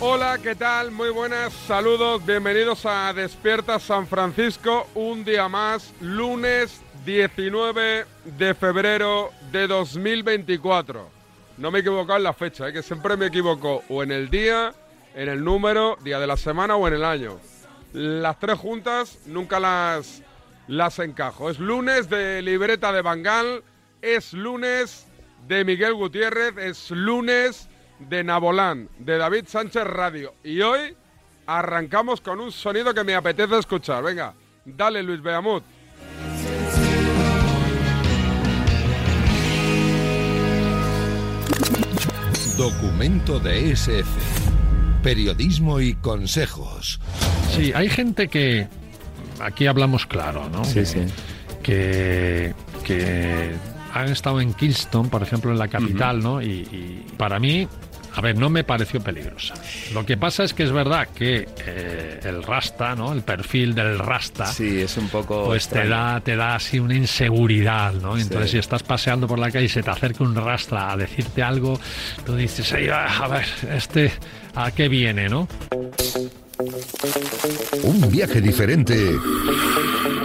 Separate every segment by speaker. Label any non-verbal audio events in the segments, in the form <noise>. Speaker 1: Hola, ¿qué tal? Muy buenas, saludos, bienvenidos a Despierta San Francisco, un día más, lunes 19 de febrero de 2024. No me he equivocado en la fecha, ¿eh? que siempre me equivoco o en el día, en el número, día de la semana o en el año. Las tres juntas nunca las, las encajo. Es lunes de libreta de Bangal, es lunes de Miguel Gutiérrez, es lunes de Nabolán, de David Sánchez Radio. Y hoy arrancamos con un sonido que me apetece escuchar. Venga, dale Luis Beamut.
Speaker 2: Documento de SF. Periodismo y consejos.
Speaker 3: Sí, hay gente que. Aquí hablamos claro, ¿no?
Speaker 4: Sí, sí.
Speaker 3: Que. que han estado en Kingston, por ejemplo, en la capital, ¿no? Y, y para mí, a ver, no me pareció peligrosa. Lo que pasa es que es verdad que eh, el rasta, ¿no? El perfil del rasta,
Speaker 4: Sí, es un poco.
Speaker 3: pues te
Speaker 4: extraño.
Speaker 3: da, te da así una inseguridad, ¿no? Entonces,
Speaker 4: Sí.
Speaker 3: si estás paseando por la calle y se te acerca un rasta a decirte algo, tú dices, "Ay, a ver, este, ¿a qué viene, no?
Speaker 2: Un viaje diferente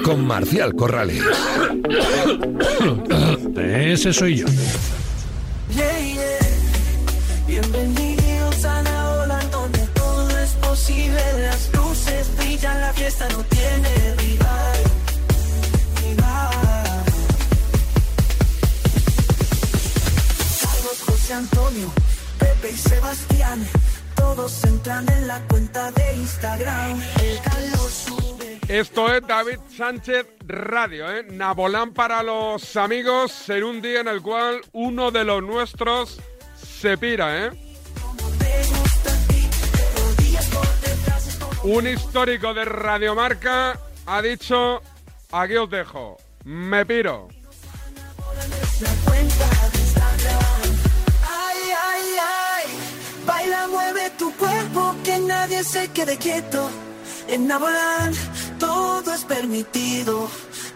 Speaker 2: con Marcial Corrales.
Speaker 3: <coughs> Ese soy yo.
Speaker 5: Yeah, yeah. Bienvenidos a la ola donde todo es posible. Las luces brillan, la fiesta no tiene rival. rival. Carlos, José Antonio, Pepe y Sebastián. Todos entran en la cuenta de Instagram. El calor sube.
Speaker 1: Esto es David Sánchez Radio, ¿eh? Nabolán para los amigos en un día en el cual uno de los nuestros se pira, ¿eh? Un histórico de Radiomarca ha dicho, aquí os dejo, me piro.
Speaker 5: Ay, ay, ay. Baila, mueve tu cuerpo, que nadie se quede quieto. En Nabolán todo es permitido.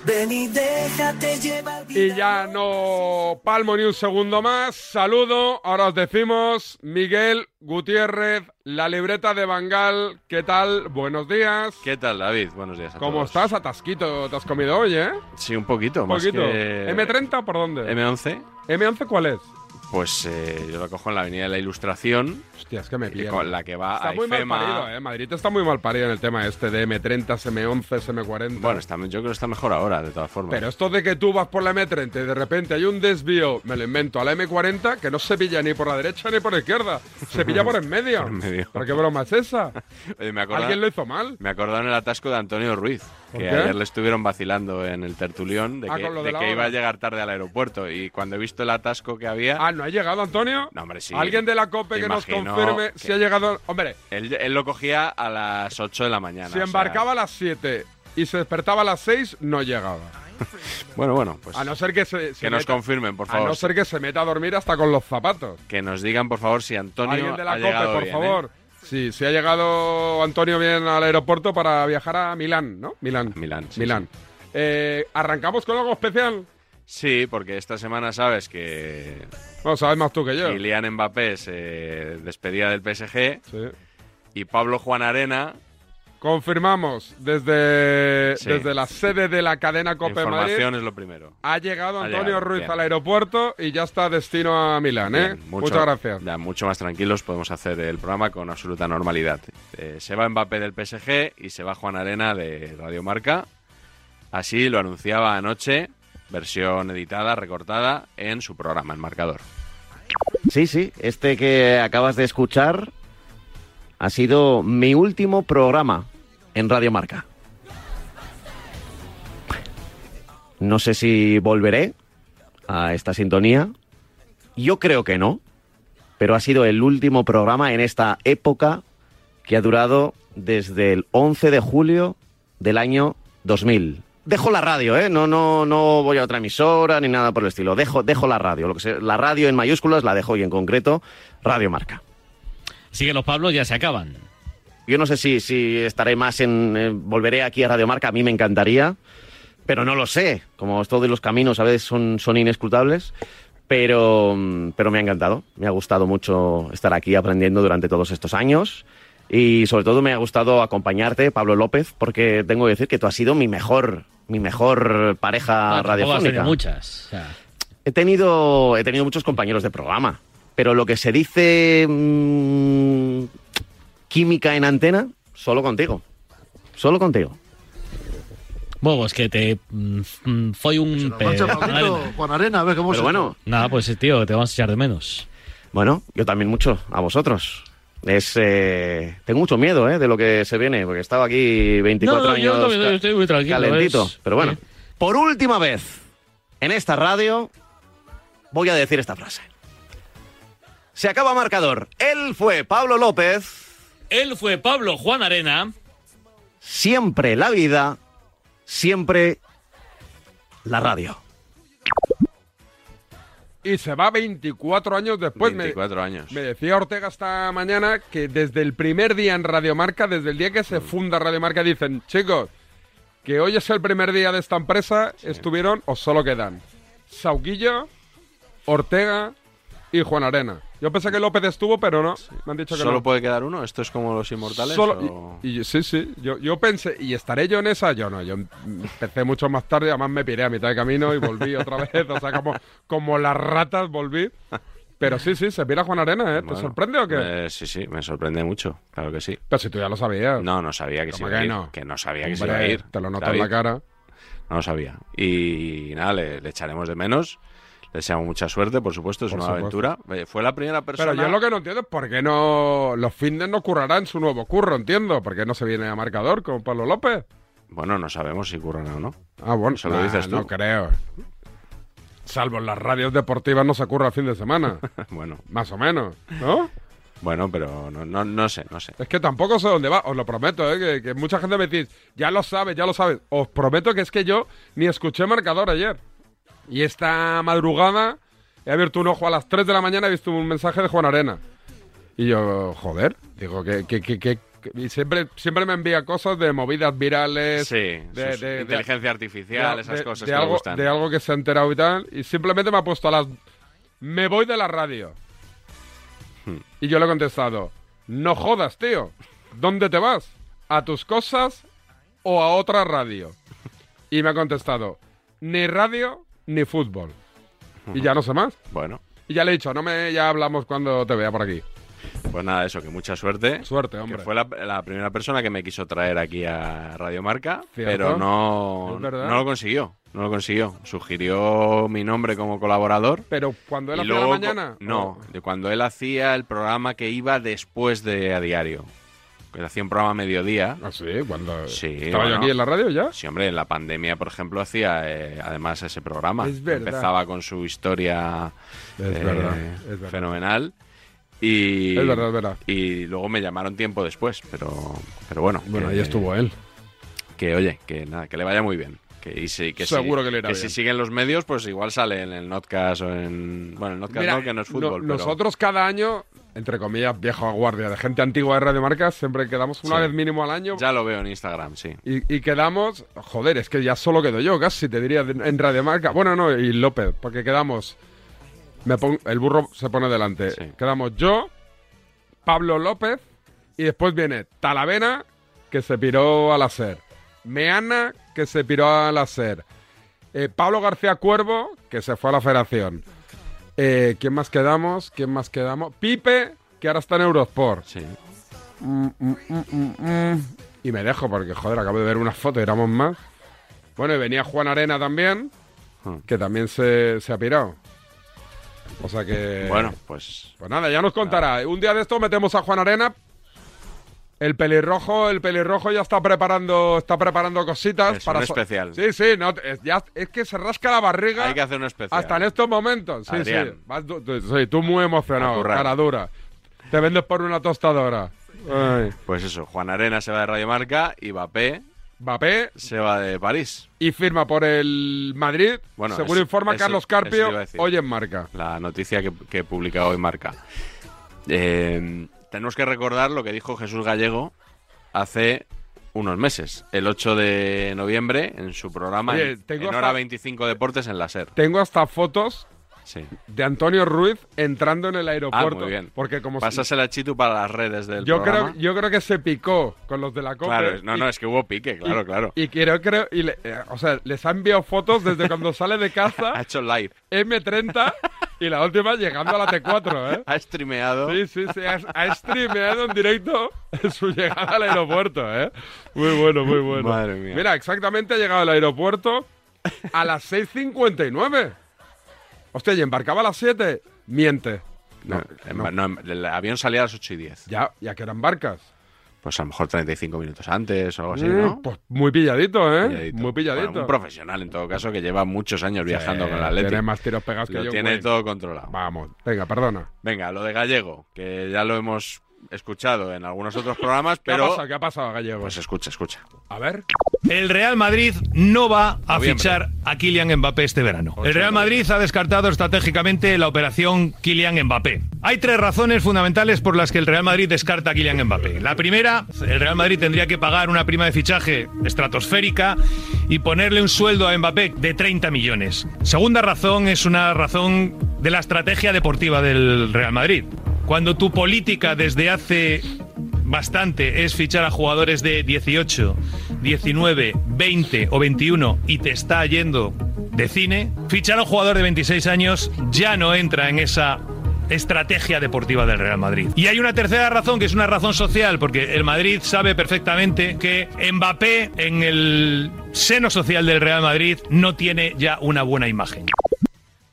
Speaker 5: Ven y déjate llevar.
Speaker 1: Y ya no palmo ni un segundo más. Saludo. Ahora os decimos Miguel Gutiérrez, la libreta de Bangal. ¿Qué tal? Buenos días.
Speaker 6: ¿Qué tal, David? Buenos días a
Speaker 1: ¿Cómo
Speaker 6: todos.
Speaker 1: estás? Atasquito. ¿Te has comido hoy, eh?
Speaker 6: Sí, un poquito,
Speaker 1: Un
Speaker 6: más
Speaker 1: poquito.
Speaker 6: que-
Speaker 1: ¿M30 por dónde?
Speaker 6: M11.
Speaker 1: ¿M11 cuál es?
Speaker 6: Pues eh, yo lo cojo en la Avenida de la Ilustración.
Speaker 1: Hostia, es que me
Speaker 6: pillo. Con la que va
Speaker 1: Está
Speaker 6: a
Speaker 1: muy mal
Speaker 6: IFEMA.
Speaker 1: parido, eh. Madrid está muy mal parido en el tema este de M30, M11, M40.
Speaker 6: Bueno, está- yo creo que está mejor ahora, de todas formas.
Speaker 1: Pero esto de que tú vas por la M30 y de repente hay un desvío, me lo invento, a la M40, que no se pilla ni por la derecha ni por la izquierda. Se pilla por en medio.
Speaker 6: <laughs> Por en medio.
Speaker 1: ¿Pero qué broma es esa?
Speaker 6: Oye, me acordaba-
Speaker 1: ¿Alguien lo hizo mal?
Speaker 6: Me acordaron el atasco de Antonio Ruiz,
Speaker 1: ¿Por
Speaker 6: que
Speaker 1: qué?
Speaker 6: ayer le estuvieron vacilando en el tertulión de
Speaker 1: Ah,
Speaker 6: que,
Speaker 1: con lo de
Speaker 6: de
Speaker 1: la
Speaker 6: que
Speaker 1: hora.
Speaker 6: iba a llegar tarde al aeropuerto. Y cuando he visto el atasco que había,
Speaker 1: Ah, ¿no ha llegado, Antonio?
Speaker 6: No, hombre, sí.
Speaker 1: ¿Alguien de la COPE
Speaker 6: Te
Speaker 1: que nos
Speaker 6: imagino
Speaker 1: confirme
Speaker 6: que-
Speaker 1: si ha llegado? Hombre,
Speaker 6: él, él lo cogía a las 8 de la mañana. o
Speaker 1: si
Speaker 6: sea-
Speaker 1: embarcaba a las 7 y se despertaba a las 6, no llegaba.
Speaker 6: bueno, bueno, pues
Speaker 1: a no ser que se, se
Speaker 6: que nos
Speaker 1: meta-
Speaker 6: confirmen, por
Speaker 1: A
Speaker 6: favor.
Speaker 1: no ser que se meta a dormir hasta con los zapatos.
Speaker 6: Que nos digan, por favor, si Antonio
Speaker 1: Alguien de la
Speaker 6: ha
Speaker 1: COPE,
Speaker 6: llegado
Speaker 1: por
Speaker 6: bien, ¿eh?
Speaker 1: favor. Sí, si ha llegado Antonio bien al aeropuerto para viajar a Milán, ¿no? Milán.
Speaker 6: Milán. sí,
Speaker 1: Milán.
Speaker 6: sí.
Speaker 1: Eh, ¿Arrancamos con algo especial?
Speaker 6: Sí, porque esta semana sabes que
Speaker 1: No, sabes más tú que yo.
Speaker 6: Kylian Mbappé se despedía del PSG
Speaker 1: Sí.
Speaker 6: y Pablo Juan Arena,
Speaker 1: Confirmamos desde,
Speaker 6: Sí.
Speaker 1: desde la sede de la cadena Cope Madrid.
Speaker 6: información es lo primero.
Speaker 1: Ha llegado
Speaker 6: Ha
Speaker 1: Antonio
Speaker 6: llegado,
Speaker 1: Ruiz
Speaker 6: bien.
Speaker 1: al aeropuerto y ya está destino a Milán, ¿eh?
Speaker 6: Bien, mucho-
Speaker 1: Muchas gracias.
Speaker 6: Ya mucho más tranquilos podemos hacer el programa con absoluta normalidad. Eh, se va Mbappé del PSG y se va Juan Arena de Radio Marca. Así lo anunciaba anoche, versión editada, recortada, en su programa, El Marcador.
Speaker 7: Sí, sí, este que acabas de escuchar ha sido mi último programa en Radio Marca. No sé si volveré a esta sintonía. Yo creo que no, pero ha sido el último programa en esta época que ha durado desde el 11 de julio del año 2000. Dejo la radio, ¿eh? No, no, no voy a otra emisora ni nada por el estilo. Dejo, dejo la radio. Lo que sea- la radio en mayúsculas la dejo y en concreto Radio Marca.
Speaker 4: Sigue los Pablos, ya se acaban.
Speaker 7: Yo no sé si, si estaré más en... eh, volveré aquí a Radio Marca, a mí me encantaría, pero no lo sé. Como todos los caminos a veces son, son inescrutables, pero, mm, pero me ha encantado. Me ha gustado mucho estar aquí aprendiendo durante todos estos años y sobre todo me ha gustado acompañarte, Pablo López, porque tengo que decir que tú has sido mi mejor, mi mejor pareja
Speaker 4: Ah, tampoco has
Speaker 7: radiofónica.
Speaker 4: tenido muchas. O sea,
Speaker 7: He tenido, he tenido muchos compañeros de programa, pero lo que se dice mm, química en antena, solo contigo. Solo contigo.
Speaker 4: Bobos, que te mm, mm, fue un pe-
Speaker 8: eh,
Speaker 9: Mancha, Pablito,
Speaker 4: Arena.
Speaker 9: Juan Arena, a ver cómo
Speaker 7: Pero
Speaker 9: se-
Speaker 7: bueno,
Speaker 4: Nada, pues tío, te vamos a echar de menos.
Speaker 7: bueno, yo también mucho, a vosotros. Es, eh, tengo mucho miedo eh, de lo que se viene, porque he estado aquí 24
Speaker 4: No, no,
Speaker 7: años
Speaker 4: yo también
Speaker 7: ca-
Speaker 4: estoy muy tranquilo,
Speaker 7: calentito.
Speaker 4: es- eh.
Speaker 7: Pero bueno,
Speaker 4: sí.
Speaker 7: por última vez en esta radio voy a decir esta frase. Se acaba marcador. Él fue Pablo López.
Speaker 4: Él fue Pablo Juan Arena.
Speaker 7: siempre la vida, siempre la radio.
Speaker 1: Y se va 24 años después. me-
Speaker 6: 24 años.
Speaker 1: Me decía Ortega esta mañana que desde el primer día en Radiomarca, desde el día que
Speaker 6: Mm.
Speaker 1: se funda Radiomarca, dicen, chicos, que hoy es el primer día de esta empresa, estuvieron o solo quedan Sauquillo, Ortega y Juan Arena. Yo pensé que López estuvo, pero no, me han dicho que
Speaker 6: ¿Solo
Speaker 1: no.
Speaker 6: puede quedar uno? ¿Esto es como los inmortales?
Speaker 1: Solo-
Speaker 6: o-
Speaker 1: y, y- sí, sí, yo, yo pensé, ¿y estaré yo en esa? Yo no, yo em- empecé mucho más tarde, además me piré a mitad de camino y
Speaker 6: <laughs>
Speaker 1: volví otra vez, o sea, como, como las ratas volví. Pero sí, sí, se pira Juan Arena, ¿eh?
Speaker 6: Bueno,
Speaker 1: ¿Te sorprende o qué?
Speaker 6: eh, sí, sí, me sorprende mucho. Claro que sí.
Speaker 1: Pero si tú ya lo sabías.
Speaker 6: No, no sabía que se
Speaker 1: ¿Cómo
Speaker 6: iba a
Speaker 1: que
Speaker 6: ir.
Speaker 1: no?
Speaker 6: Que no sabía que se
Speaker 1: Hombre,
Speaker 6: iba a ir.
Speaker 1: Te lo noto
Speaker 6: David,
Speaker 1: en la cara.
Speaker 6: No lo sabía. Y, nada, le, le echaremos de menos. Le deseamos mucha suerte, por supuesto. Es
Speaker 1: Por
Speaker 6: una
Speaker 1: supuesto.
Speaker 6: aventura. Eh, Fue la primera persona.
Speaker 1: Pero yo lo que no entiendo es por qué no. Los fitness no currarán su nuevo curro, entiendo. ¿Por qué no se viene a marcador con Pablo López?
Speaker 6: Bueno, no sabemos si curran o no.
Speaker 1: Ah, bueno.
Speaker 6: Eso lo
Speaker 1: nah,
Speaker 6: dices tú.
Speaker 1: No creo. Salvo en las radios deportivas no se curra el fin de semana.
Speaker 6: <laughs> bueno,
Speaker 1: más o menos, ¿no?
Speaker 6: bueno, pero no, no, no sé, no sé.
Speaker 1: Es que tampoco sé dónde va, os lo prometo, ¿eh? que, que mucha gente me dice, ya lo sabes, ya lo sabes. Os prometo que es que yo ni escuché marcador ayer. Y esta madrugada he abierto un ojo a las 3 de la mañana y he visto un mensaje de Juan Arena. Y yo, joder, digo que... que, que, que- que- y siempre, siempre me envía cosas de movidas virales.
Speaker 6: Sí,
Speaker 1: de-
Speaker 6: sus-
Speaker 1: de- de-
Speaker 6: inteligencia
Speaker 1: de-
Speaker 6: artificial, esas
Speaker 1: de-
Speaker 6: cosas
Speaker 1: de
Speaker 6: que me
Speaker 1: algo,
Speaker 6: gustan.
Speaker 1: De algo que se ha enterado y tal. Y simplemente me ha puesto a las... Me voy de la radio.
Speaker 6: Hmm.
Speaker 1: Y yo le he contestado, no jodas, tío. ¿Dónde te vas? ¿A tus cosas o a otra radio? Y me ha contestado, ni radio ni fútbol. Y ya no sé más.
Speaker 6: Bueno,
Speaker 1: Y ya le he dicho, no me, ya hablamos cuando te vea por aquí.
Speaker 6: pues nada, eso, que mucha suerte.
Speaker 1: Suerte,
Speaker 6: Que
Speaker 1: hombre.
Speaker 6: fue la, la primera persona que me quiso traer aquí a Radio Marca,
Speaker 1: Cierto.
Speaker 6: pero no,
Speaker 1: Es verdad.
Speaker 6: no lo consiguió. No lo consiguió. Sugirió mi nombre como colaborador.
Speaker 1: Pero cuando él
Speaker 6: y
Speaker 1: hacía la
Speaker 6: luego co-
Speaker 1: mañana.
Speaker 6: No, de cuando él hacía el programa que iba después de A Diario. Él hacía un programa a mediodía.
Speaker 1: Ah, sí, cuando.
Speaker 6: Sí,
Speaker 1: estaba yo
Speaker 6: bueno.
Speaker 1: aquí en la radio ya.
Speaker 6: Sí, hombre, en la pandemia, por ejemplo, hacía eh, además ese programa.
Speaker 1: Es verdad.
Speaker 6: Empezaba con su historia
Speaker 1: Es
Speaker 6: eh,
Speaker 1: verdad, es verdad.
Speaker 6: fenomenal. Y,
Speaker 1: Es verdad, es verdad.
Speaker 6: y luego me llamaron tiempo después, pero, pero bueno.
Speaker 1: Bueno,
Speaker 6: que-
Speaker 1: ahí estuvo él.
Speaker 6: Que oye, que nada, que le vaya muy bien. Que, y si- que si-
Speaker 1: Seguro que le irá
Speaker 6: si
Speaker 1: bien.
Speaker 6: siguen los medios, pues igual sale en el Notcast o en. Bueno, el Notcast
Speaker 1: Mira,
Speaker 6: no, que no es
Speaker 1: no-
Speaker 6: fútbol. pero-
Speaker 1: Nosotros cada año, entre comillas, viejo guardia de gente antigua de Radio Marca, siempre quedamos una
Speaker 6: Sí.
Speaker 1: vez mínimo al año.
Speaker 6: Ya lo veo en Instagram, sí.
Speaker 1: Y, y quedamos, joder, es que ya solo quedo yo, casi te diría en en Radiomarca. Bueno, no, y López, porque quedamos. Me pon- el burro se pone delante.
Speaker 6: Sí.
Speaker 1: Quedamos yo, Pablo López, y después viene Talavera, que se piró al hacer. Meana, que se piró al hacer. Eh, Pablo García Cuervo, que se fue a la federación. Eh, ¿Quién más quedamos? ¿Quién más quedamos? Pipe, que ahora está en Eurosport.
Speaker 6: Sí.
Speaker 1: Mm, mm, mm, mm, mm. Y me dejo porque, joder, acabo de ver una foto, éramos más. Bueno, y venía Juan Arena también,
Speaker 6: Hmm.
Speaker 1: que también se, se ha pirado. O sea que...
Speaker 6: Bueno, pues.
Speaker 1: Pues nada, ya nos contará. Un día de esto metemos a Juan Arena El pelirrojo, el pelirrojo ya está preparando, está preparando cositas
Speaker 6: Es
Speaker 1: para
Speaker 6: un
Speaker 1: so-
Speaker 6: especial.
Speaker 1: Sí, sí, no, es, ya- es que se rasca la barriga
Speaker 6: Hay que hacer un especial.
Speaker 1: hasta en estos momentos. Sí,
Speaker 6: Adrián.
Speaker 1: sí. Vas tú, tú- sí, tú muy emocionado,
Speaker 6: A currar.
Speaker 1: cara dura. Te vendes por una tostadora. Ay.
Speaker 6: Pues eso, Juan Arena se va de Radio Marca y Mbappé
Speaker 1: Mbappé
Speaker 6: se va de París.
Speaker 1: y firma por el Madrid.
Speaker 6: Bueno,
Speaker 1: Según
Speaker 6: eso-
Speaker 1: informa
Speaker 6: eso-
Speaker 1: Carlos
Speaker 6: eso te
Speaker 1: Carpio,
Speaker 6: iba a decir.
Speaker 1: hoy en marca.
Speaker 6: La noticia que, que publica hoy Marca. Eh, tenemos que recordar lo que dijo Jesús Gallego hace unos meses, el 8 de noviembre, en su programa
Speaker 1: Oye,
Speaker 6: en,
Speaker 1: tengo
Speaker 6: en
Speaker 1: hasta-
Speaker 6: Hora 25 Deportes en la SER.
Speaker 1: Tengo hasta fotos
Speaker 6: Sí.
Speaker 1: de Antonio Ruiz entrando en el
Speaker 6: Ah,
Speaker 1: aeropuerto.
Speaker 6: muy bien.
Speaker 1: Porque como
Speaker 6: Pásasela a Chitu para las redes del
Speaker 1: yo
Speaker 6: programa.
Speaker 1: creo, yo creo que se picó con los de la copa.
Speaker 6: Claro, no, no, es que hubo pique, claro, claro.
Speaker 1: Y creo, creo, y le- eh, o sea, les ha enviado fotos desde cuando sale
Speaker 6: <laughs>
Speaker 1: de
Speaker 6: Ha
Speaker 1: casa,
Speaker 6: hecho live,
Speaker 1: M30, y la última llegando a la T4, ¿eh?
Speaker 6: <laughs> ha streameado.
Speaker 1: Sí, sí, sí, ha, ha streameado en directo su llegada al aeropuerto, ¿eh? Muy bueno, muy
Speaker 6: <laughs>
Speaker 1: bueno.
Speaker 6: Madre mía.
Speaker 1: Mira, exactamente ha llegado al aeropuerto a las 6.59. Hostia, y embarcaba a las 7. Miente.
Speaker 6: No, en- no, en- el avión salía a las 8 y 10.
Speaker 1: Ya, ya que eran barcas.
Speaker 6: Pues a lo mejor 35 minutos antes o algo así, ¿no?
Speaker 1: Pues muy pilladito, ¿eh?
Speaker 6: Pilladito.
Speaker 1: Muy pilladito.
Speaker 6: Bueno, un profesional, en todo caso, que lleva muchos años viajando
Speaker 1: Eh,
Speaker 6: con la Atleti.
Speaker 1: Tiene más tiros pegados que
Speaker 6: Lo
Speaker 1: yo.
Speaker 6: tiene
Speaker 1: güey.
Speaker 6: todo controlado.
Speaker 1: Vamos, venga, perdona.
Speaker 6: Venga, lo de Gallego, que ya lo hemos escuchado en algunos otros programas,
Speaker 1: ¿Qué ha
Speaker 6: pero...
Speaker 1: pasado? ¿Qué ha pasado, Gallego?
Speaker 6: Pues escucha, escucha.
Speaker 1: a ver.
Speaker 9: El Real Madrid no va a
Speaker 6: Noviembre.
Speaker 9: fichar a Kylian Mbappé este verano. El Real Madrid ha descartado estratégicamente la operación Kylian Mbappé. Hay tres razones fundamentales por las que el Real Madrid descarta a Kylian Mbappé. La primera, el Real Madrid tendría que pagar una prima de fichaje estratosférica y ponerle un sueldo a Mbappé de 30 millones. Segunda razón es una razón de la estrategia deportiva del Real Madrid. Cuando tu política desde hace bastante es fichar a jugadores de 18, 19, 20 o 21 y te está yendo de cine, fichar a un jugador de 26 años ya no entra en esa estrategia deportiva del Real Madrid. Y hay una tercera razón que es una razón social, porque el Madrid sabe perfectamente que Mbappé en el seno social del Real Madrid no tiene ya una buena imagen.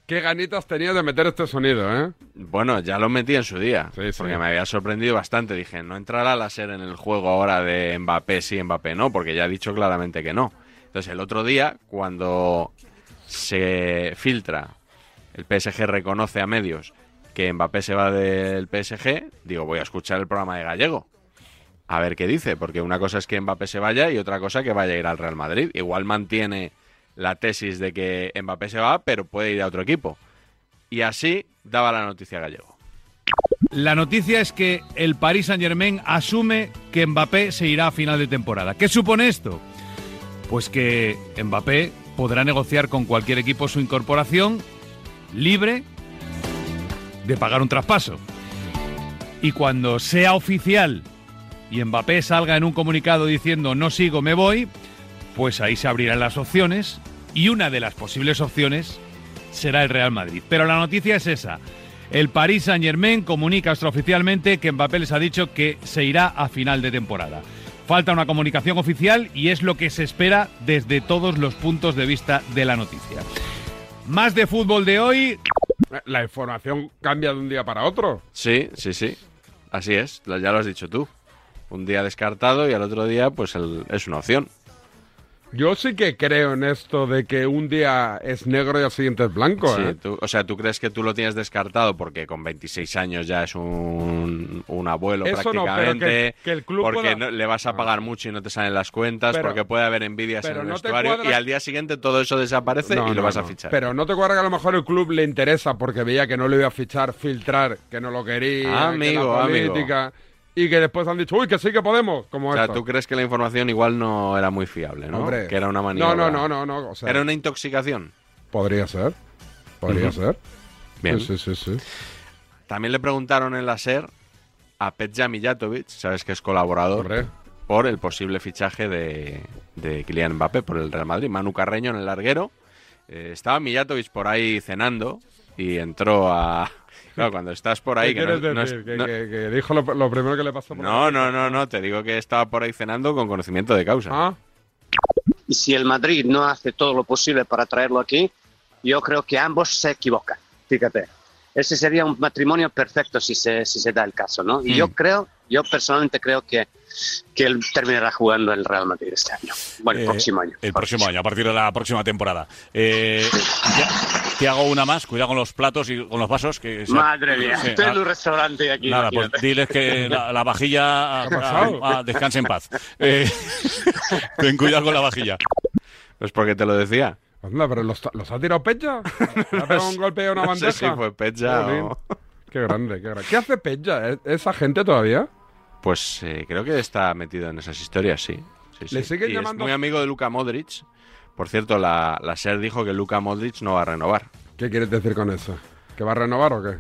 Speaker 1: Qué ganitas tenía de meter este sonido, ¿eh?
Speaker 6: Bueno, ya lo metí en su día,
Speaker 1: Sí, sí.
Speaker 6: porque me había sorprendido bastante. Dije, no entrará la ser en el juego ahora de Mbappé sí, Mbappé no, porque ya ha dicho claramente que no. Entonces, el otro día, cuando se filtra, el PSG reconoce a medios que Mbappé se va del PSG, digo, voy a escuchar el programa de Gallego. A ver qué dice, porque una cosa es que Mbappé se vaya y otra cosa que vaya a ir al Real Madrid. Igual mantiene la tesis de que Mbappé se va, pero puede ir a otro equipo. Y así daba la noticia gallego.
Speaker 9: La noticia es que el Paris Saint-Germain asume que Mbappé se irá a final de temporada. ¿Qué supone esto? Pues que Mbappé podrá negociar con cualquier equipo su incorporación libre de pagar un traspaso. Y cuando sea oficial y Mbappé salga en un comunicado diciendo no sigo, me voy, pues ahí se abrirán las opciones y una de las posibles opciones será el Real Madrid. Pero la noticia es esa. El Paris Saint-Germain comunica extraoficialmente que Mbappé les ha dicho que se irá a final de temporada. Falta una comunicación oficial y es lo que se espera desde todos los puntos de vista de la noticia. Más de fútbol de hoy.
Speaker 1: La información cambia de un día para otro.
Speaker 6: Sí, sí, sí. Así es, lo- ya lo has dicho tú. Un día descartado y al otro día, pues el- es una opción.
Speaker 1: Yo sí que creo en esto de que un día es negro y al siguiente es blanco,
Speaker 6: Sí,
Speaker 1: ¿eh?
Speaker 6: tú- o sea, ¿tú crees que tú lo tienes descartado porque con 26 años ya es un, un abuelo
Speaker 1: Eso no, pero
Speaker 6: prácticamente?
Speaker 1: que- que el club
Speaker 6: porque
Speaker 1: pueda- Ah.
Speaker 6: no- le vas a pagar mucho y no te salen las cuentas,
Speaker 1: Pero-
Speaker 6: porque puede haber envidias en
Speaker 1: pero
Speaker 6: el
Speaker 1: no te
Speaker 6: vestuario
Speaker 1: cuadra-
Speaker 6: y al día siguiente todo eso desaparece
Speaker 1: No,
Speaker 6: y lo
Speaker 1: no,
Speaker 6: vas a
Speaker 1: no.
Speaker 6: fichar.
Speaker 1: Pero no te acuerdas que a lo mejor el club le interesa porque veía que no le iba a fichar, filtrar, que no lo quería,
Speaker 6: Amigo,
Speaker 1: que la
Speaker 6: amigo.
Speaker 1: política, y que después han dicho, uy, que sí que podemos, como
Speaker 6: o sea,
Speaker 1: esto.
Speaker 6: ¿tú crees que la información igual no era muy fiable, no?
Speaker 1: Hombre.
Speaker 6: Que era una manía.
Speaker 1: No, no, no, no, no, o sea,
Speaker 6: Era una intoxicación.
Speaker 1: podría ser, podría ser.
Speaker 6: Bien.
Speaker 1: Sí, sí, sí. sí.
Speaker 6: También le preguntaron en la SER a Petja Mijatovic, sabes que es colaborador,
Speaker 1: Hombre.
Speaker 6: por el posible fichaje de, de Kylian Mbappé por el Real Madrid. Manu Carreño en el larguero. Eh, estaba Mijatovic por ahí cenando y entró a... <laughs> Claro, cuando estás por ahí...
Speaker 1: ¿Qué
Speaker 6: que no-
Speaker 1: quieres
Speaker 6: no es-
Speaker 1: decir? que,
Speaker 6: no-
Speaker 1: que- que dijo lo, lo primero que le pasó por
Speaker 6: no, no, no, no, te digo que estaba por ahí cenando con conocimiento de causa.
Speaker 1: Ah,
Speaker 10: y si el Madrid no hace todo lo posible para traerlo aquí, yo creo que ambos se equivocan. Fíjate, ese sería un matrimonio perfecto si se, si se da el caso, ¿no? Y yo creo
Speaker 11: Yo personalmente creo que, que él terminará jugando en el Real Madrid este año. Bueno, el
Speaker 8: Eh,
Speaker 11: próximo año.
Speaker 8: El próximo año, a partir de la próxima temporada. Eh, ya- te hago una más, cuidado con los platos y con los vasos. Que se-
Speaker 11: Madre mía,
Speaker 8: Sí,
Speaker 11: estoy
Speaker 8: ah,
Speaker 11: en un restaurante aquí.
Speaker 8: Nada, pues
Speaker 11: imagínate.
Speaker 8: diles que la, la vajilla
Speaker 11: ¿Qué ha pasado?
Speaker 8: ah, ah, descanse en paz. Eh, ten cuidado con la vajilla.
Speaker 6: Pues porque te lo decía.
Speaker 1: Anda, pero ¿los, los ha
Speaker 6: <laughs>
Speaker 1: tirado Pecha? ¿Le ¿Ha pegado un golpe a una
Speaker 6: No sé
Speaker 1: bandeja?
Speaker 6: si fue Pecha
Speaker 1: Jolín.
Speaker 6: o-
Speaker 1: Qué grande, qué grande. ¿Qué hace Pecha? ¿Es- ¿Esa gente todavía?
Speaker 6: Pues eh, creo que está metido en esas historias, sí. Sí, sí.
Speaker 1: Le siguen
Speaker 6: Y es
Speaker 1: llamando-
Speaker 6: muy amigo de Luka Modric. Por cierto, la, la SER dijo que Luka Modric no va a renovar.
Speaker 1: ¿Qué quieres decir con eso? ¿Que va a renovar o qué?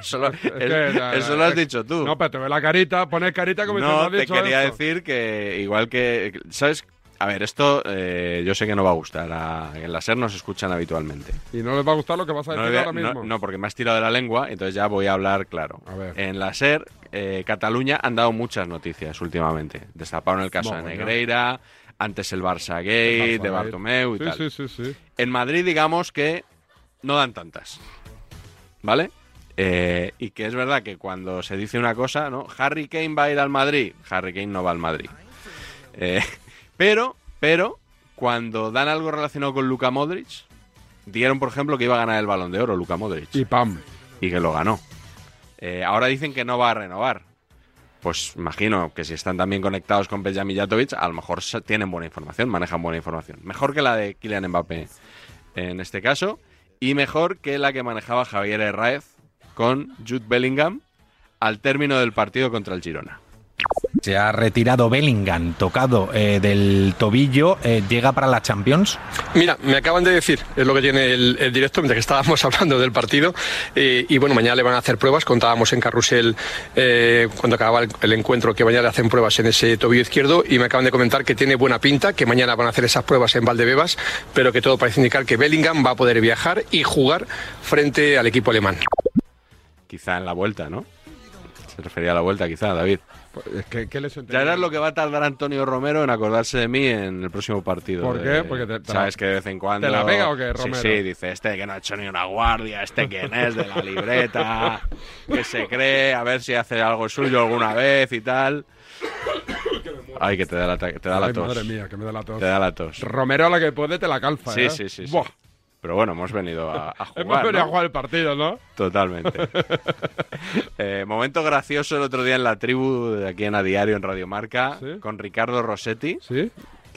Speaker 6: Eso lo,
Speaker 1: Es que,
Speaker 6: es-
Speaker 1: la-
Speaker 6: eso lo has
Speaker 1: es que-
Speaker 6: dicho tú.
Speaker 1: No, pero te ve la carita, pones carita como diciendo,
Speaker 6: No,
Speaker 1: "Has
Speaker 6: te
Speaker 1: dicho
Speaker 6: quería
Speaker 1: esto".
Speaker 6: decir que igual que... ¿Sabes? A ver, esto eh, yo sé que no va a gustar. a- en la SER nos escuchan habitualmente.
Speaker 1: Y no les va a gustar lo que vas a
Speaker 6: No,
Speaker 1: decir
Speaker 6: le voy a-
Speaker 1: ahora
Speaker 6: no-
Speaker 1: mismo.
Speaker 6: no, porque me has tirado de la lengua, entonces ya voy a hablar claro. En la SER, eh, Cataluña han dado muchas noticias últimamente. Destaparon el caso de
Speaker 1: Mogollón.
Speaker 6: Negreira, antes el Barça Gate,
Speaker 1: Barça
Speaker 6: de
Speaker 1: Gate.
Speaker 6: Bartomeu y
Speaker 1: Sí,
Speaker 6: tal.
Speaker 1: sí, sí, sí.
Speaker 6: En Madrid, digamos que no dan tantas. ¿Vale? Eh, y que es verdad que cuando se dice una cosa, ¿no? Harry Kane va a ir al Madrid. Harry Kane no va al Madrid. Eh, pero, pero, cuando dan algo relacionado con Luka Modric, dieron, por ejemplo, que iba a ganar el balón de oro Luka Modric.
Speaker 1: Y pam.
Speaker 6: Y que lo ganó. Eh, ahora dicen que no va a renovar. Pues imagino que si están también conectados con Peja Mijatovic, a lo mejor se- tienen buena información, manejan buena información. Mejor que la de Kylian Mbappé en este caso, y mejor que la que manejaba Javier Herráez con Jude Bellingham al término del partido contra el Girona.
Speaker 12: Se ha retirado Bellingham, tocado eh, del tobillo, eh, llega para la Champions.
Speaker 3: Mira, me acaban de decir, es lo que tiene el, el directo, mientras que estábamos <laughs> hablando del partido, eh, y bueno, mañana le van a hacer pruebas, contábamos en Carrusel eh, cuando acababa el, el encuentro que mañana le hacen pruebas en ese tobillo izquierdo, y me acaban de comentar que tiene buena pinta, que mañana van a hacer esas pruebas en Valdebebas, pero que todo parece indicar que Bellingham va a poder viajar y jugar frente al equipo alemán.
Speaker 6: Quizá en la vuelta, ¿no? Se refería a la vuelta, quizá, David.
Speaker 1: Pues, ¿Qué, qué les
Speaker 6: Ya verás lo que va a tardar Antonio Romero en acordarse de mí en el próximo partido.
Speaker 1: ¿Por
Speaker 6: de-
Speaker 1: qué? Porque te- te la-
Speaker 6: sabes que de vez en cuando.
Speaker 1: ¿Te la pega o qué,
Speaker 6: Sí,
Speaker 1: Romero?
Speaker 6: Sí, dice este que no ha hecho ni una guardia, este quién es
Speaker 1: <laughs>
Speaker 6: de la libreta, que se cree, a ver si hace algo suyo alguna vez y tal. Ay, que te da la, ta- te da la
Speaker 1: Ay,
Speaker 6: tos.
Speaker 1: madre mía, que me da la tos.
Speaker 6: Te da la tos.
Speaker 1: Romero a la que puede te la calza,
Speaker 6: Sí,
Speaker 1: ¿eh?
Speaker 6: sí,
Speaker 1: <laughs>
Speaker 6: sí, sí.
Speaker 1: Buah,
Speaker 6: Pero bueno, hemos venido a, a jugar.
Speaker 1: <laughs> hemos venido
Speaker 6: ¿no?
Speaker 1: a jugar el partido, ¿no? <laughs>
Speaker 4: <laughs>
Speaker 6: Totalmente. Eh, momento gracioso el otro día en la tribu de aquí en A Diario en Radio Marca con Ricardo Rossetti.
Speaker 4: <laughs>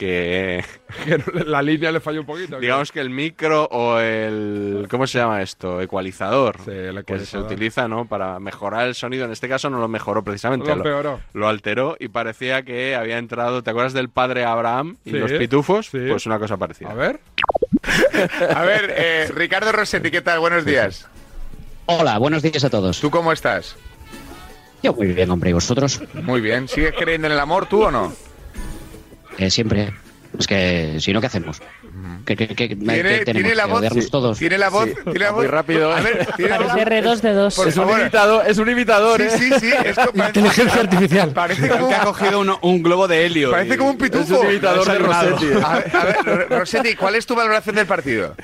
Speaker 6: Que <laughs>
Speaker 1: Que no- la línea le falló un poquito. ¿qué?
Speaker 6: digamos que el micro o el ¿cómo se llama esto? ecualizador, que se
Speaker 1: ecualizador.
Speaker 6: utiliza, ¿no? para mejorar el sonido, en este caso no lo mejoró precisamente,
Speaker 1: Lo empeoró.
Speaker 6: lo alteró y parecía que había entrado, ¿te acuerdas del padre Abraham y
Speaker 5: Sí,
Speaker 6: los
Speaker 4: <laughs>
Speaker 6: pitufos?
Speaker 5: sí.
Speaker 6: Pues una cosa parecida.
Speaker 1: A ver.
Speaker 5: A ver, eh, Ricardo Rossetti, ¿qué tal? Buenos días.
Speaker 13: Hola, buenos días a todos.
Speaker 5: ¿Tú cómo estás?
Speaker 13: Yo muy bien, hombre, ¿y vosotros?
Speaker 5: Muy bien. ¿Sigues creyendo en el amor tú o no?
Speaker 13: Eh, siempre. Es que si no, ¿qué hacemos? ¿Qué, qué- qué- qué
Speaker 5: ¿Tiene,
Speaker 13: tenemos?
Speaker 5: tiene la
Speaker 13: ¿Que
Speaker 5: voz?
Speaker 13: odiarnos todos?
Speaker 5: ¿Tiene la voz? ¿Tiene la voz? rápido. A ver, ¿tiene la voz?
Speaker 4: R2D2.
Speaker 5: Por
Speaker 4: ¿eh? es, un
Speaker 5: favor.
Speaker 4: imitador, es un imitador,
Speaker 5: Sí,
Speaker 4: ¿eh?
Speaker 5: sí, sí. es como-
Speaker 4: Inteligencia artificial.
Speaker 5: Parece como
Speaker 4: que ha cogido un, un globo de helio.
Speaker 5: Parece como un pitufo.
Speaker 4: Es un imitador de Rossetti.
Speaker 5: A ver, a ver, Ro- Rossetti, ¿cuál es tu valoración del partido?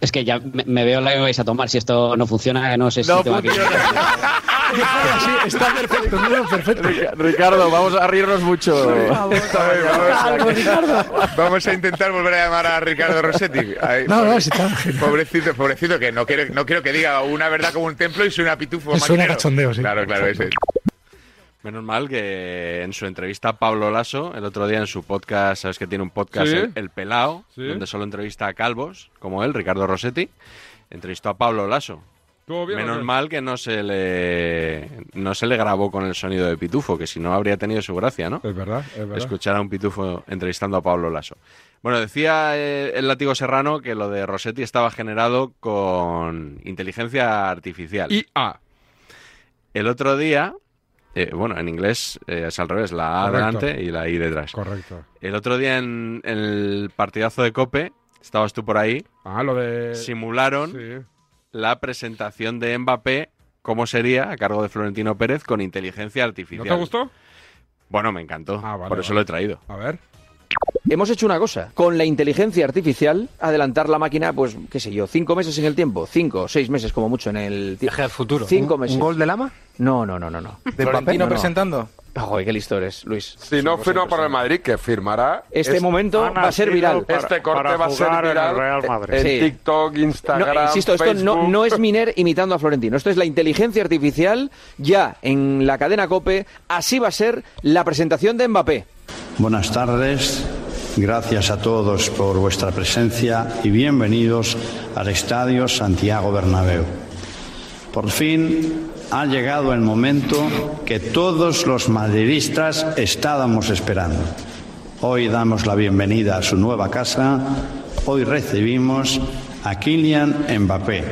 Speaker 13: Es que ya me, me veo la que vais a tomar. Si esto no funciona, que no sé si
Speaker 4: No
Speaker 13: tengo aquí-
Speaker 4: Ah, Sí, está perfecto, mira, perfecto.
Speaker 5: Ricardo, vamos a reírnos mucho. Vamos a intentar volver a llamar a Ricardo Rossetti. Ay,
Speaker 4: No, no, si está.
Speaker 5: Pobrecito, pobrecito, que no quiero, no quiero que diga una verdad como un templo y soy una pitufo.
Speaker 4: Me suena
Speaker 5: maquinero.
Speaker 4: cachondeo, sí.
Speaker 5: Claro, claro, ese.
Speaker 6: Menos mal que en su entrevista a Pablo Lasso, el otro día en su podcast, sabes que tiene un podcast,
Speaker 1: Sí.
Speaker 6: El, El Pelao,
Speaker 1: Sí.
Speaker 6: donde solo entrevista a calvos, como él, Ricardo Rossetti, entrevistó a Pablo Lasso.
Speaker 1: ¿Estuvo bien o
Speaker 6: Menos
Speaker 1: qué?
Speaker 6: mal que no se le no se le grabó con el sonido de Pitufo, que si no habría tenido su gracia, ¿no?
Speaker 1: Es verdad, es verdad.
Speaker 6: Escuchar a un Pitufo entrevistando a Pablo Lasso. Bueno, decía eh, el látigo serrano que lo de Rossetti estaba generado con inteligencia artificial.
Speaker 1: IA.
Speaker 6: El otro día, eh, bueno, en inglés eh, es al revés, la A
Speaker 1: Correcto.
Speaker 6: delante y la I detrás.
Speaker 1: Correcto.
Speaker 6: El otro día en, en el partidazo de Cope, estabas tú por ahí,
Speaker 1: Ah, lo de...
Speaker 6: simularon la presentación de Mbappé, cómo sería, a cargo de Florentino Pérez, con inteligencia
Speaker 1: ¿No
Speaker 6: artificial.
Speaker 1: te gustó? Ah,
Speaker 6: Bueno, me encantó.
Speaker 1: vale,
Speaker 6: por eso
Speaker 1: vale.
Speaker 6: lo he traído.
Speaker 1: A ver.
Speaker 5: Hemos hecho una cosa, con la inteligencia artificial, adelantar la máquina, pues, qué sé yo, cinco meses en el tiempo, cinco, seis meses como mucho en el tiempo. al futuro. Cinco
Speaker 14: ¿Un-
Speaker 5: meses.
Speaker 14: un gol
Speaker 5: de lama? No, no, no, no. no.
Speaker 14: ¿De Florentino presentando?
Speaker 5: Joder, qué listo eres, Luis.
Speaker 14: Si no firma
Speaker 5: para el
Speaker 15: Madrid, que firmará.
Speaker 5: Este momento
Speaker 15: Han
Speaker 5: va a ser
Speaker 15: nacido
Speaker 5: viral.
Speaker 15: para- Este corte para va a ser jugar en viral el Real Madrid. en TikTok, Instagram,
Speaker 5: No, eh, insisto, esto no,
Speaker 15: Facebook.
Speaker 5: no es Miner imitando a Florentino. Esto es la inteligencia artificial ya en la cadena COPE. Así va a ser la presentación de Mbappé.
Speaker 3: Buenas tardes, gracias a todos por vuestra presencia y bienvenidos al Estadio Santiago Bernabéu. Por fin ha llegado el momento que todos los madridistas estábamos esperando. Hoy damos la bienvenida a su nueva casa, hoy recibimos a Kylian Mbappé.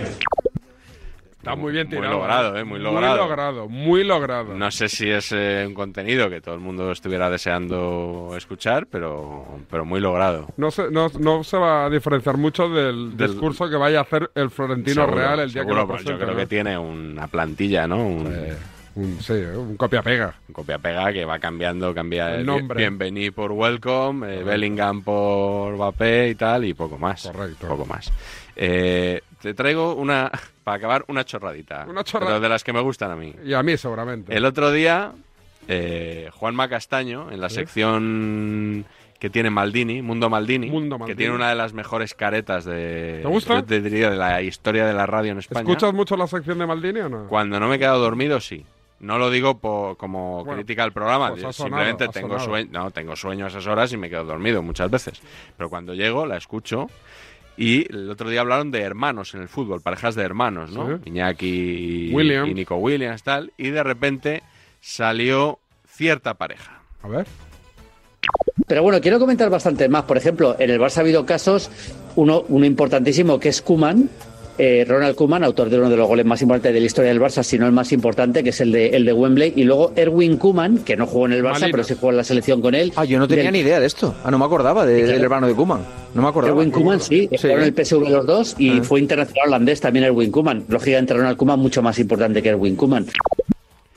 Speaker 1: Está muy bien tirado.
Speaker 6: Muy logrado, eh, muy logrado.
Speaker 1: Muy logrado, muy logrado.
Speaker 6: No sé si es eh, un contenido que todo el mundo estuviera deseando escuchar, pero, pero muy logrado.
Speaker 1: No se, no, no se va a diferenciar mucho del,
Speaker 6: Del-
Speaker 1: discurso que vaya a hacer el Florentino
Speaker 6: Seguro,
Speaker 1: Real el día
Speaker 6: seguro,
Speaker 1: que
Speaker 6: pero
Speaker 1: lo
Speaker 6: Yo
Speaker 1: presente.
Speaker 6: creo
Speaker 1: ¿no?
Speaker 6: que tiene una plantilla, ¿no? Un,
Speaker 1: sí, un copia-pega.
Speaker 6: Un copia-pega que va cambiando, cambia
Speaker 1: El
Speaker 6: el
Speaker 1: nombre.
Speaker 6: Bienvenido por Welcome, eh, Bellingham por Mbappé y tal, y poco más. Correcto. Poco más. Eh, te traigo una, <laughs> para acabar, una chorradita.
Speaker 1: Una chorra-
Speaker 6: pero de las que me gustan a mí.
Speaker 1: Y a mí seguramente.
Speaker 6: El otro día, eh, Juanma Castaño, en la
Speaker 1: Sí.
Speaker 6: sección que tiene Maldini, Mundo Maldini, que
Speaker 1: Maldini.
Speaker 6: tiene una de las mejores caretas de,
Speaker 1: ¿Te gusta?
Speaker 6: yo te diría, de la historia de la radio en España.
Speaker 1: ¿Escuchas mucho la sección de Maldini o no?
Speaker 6: Cuando no me he quedado dormido, sí. No lo digo po- como
Speaker 1: Bueno,
Speaker 6: crítica al programa,
Speaker 1: pues ha sonado,
Speaker 6: simplemente
Speaker 1: ha
Speaker 6: tengo,
Speaker 1: sonado.
Speaker 6: sueño, no, tengo sueño a esas horas y me quedo dormido muchas veces. Pero cuando llego, la escucho. Y el otro día hablaron de hermanos en el fútbol, parejas de hermanos, ¿no?
Speaker 1: Sí.
Speaker 6: Iñaki y-
Speaker 1: Williams.
Speaker 6: y Nico Williams, tal. Y de repente salió cierta pareja.
Speaker 1: A ver.
Speaker 13: Pero bueno, quiero comentar bastante más. Por ejemplo, en el Barça ha habido casos, uno, uno importantísimo que es Kuman. Ronald Kuman, autor de uno de los goles más importantes de la historia del Barça, si no el más importante, que es el de, el de Wembley, y luego Erwin Kuman, que no jugó en el Barça,
Speaker 5: Malino.
Speaker 13: pero sí jugó en la selección con él.
Speaker 5: Ah, yo no tenía
Speaker 13: Del-
Speaker 5: ni idea de esto. Ah, no me acordaba de-
Speaker 13: Sí, claro.
Speaker 5: del hermano de Kuman. No me acordaba.
Speaker 13: Erwin Kuman, sí, jugaron en el PSV los dos y
Speaker 5: Ah.
Speaker 13: fue internacional holandés también Erwin Kuman. Lógicamente Ronald Kuman mucho más importante que Erwin Kuman.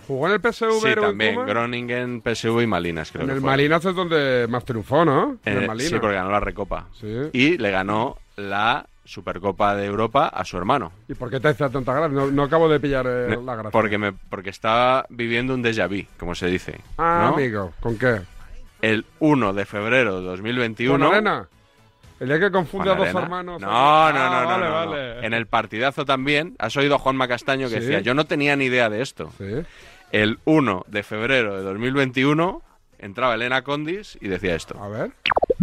Speaker 1: ¿Jugó en el PSV?
Speaker 6: Sí,
Speaker 1: Erwin
Speaker 6: también.
Speaker 1: Koeman?
Speaker 6: Groningen, PSV y Malinas, creo
Speaker 1: En
Speaker 6: que
Speaker 1: el
Speaker 6: fue.
Speaker 1: Malinas es donde más triunfó, ¿no? En
Speaker 6: Eh,
Speaker 1: el Malinas.
Speaker 6: sí, porque ganó la Recopa.
Speaker 1: Sí.
Speaker 6: Y le ganó la Supercopa de Europa a su hermano.
Speaker 1: ¿Y por qué te hace tanta gracia? No, no acabo de pillar eh,
Speaker 6: Me-
Speaker 1: la gracia.
Speaker 6: Porque, me, porque estaba viviendo un déjà vu, como se dice.
Speaker 1: Ah,
Speaker 6: ¿no?
Speaker 1: amigo, ¿con qué?
Speaker 6: El 1 de febrero de 2021.
Speaker 1: ¿Con Arena? El día que confunde
Speaker 6: Juan
Speaker 1: a dos
Speaker 6: Arena.
Speaker 1: hermanos.
Speaker 6: No,
Speaker 1: Ah,
Speaker 6: no, no, no,
Speaker 1: vale,
Speaker 6: no, no.
Speaker 1: vale.
Speaker 6: En el partidazo también. Has oído a Juanma Castaño que
Speaker 1: Sí.
Speaker 6: decía: Yo no tenía ni idea de esto. El 1 de febrero de 2021 entraba Elena Condis y decía esto.
Speaker 1: A ver.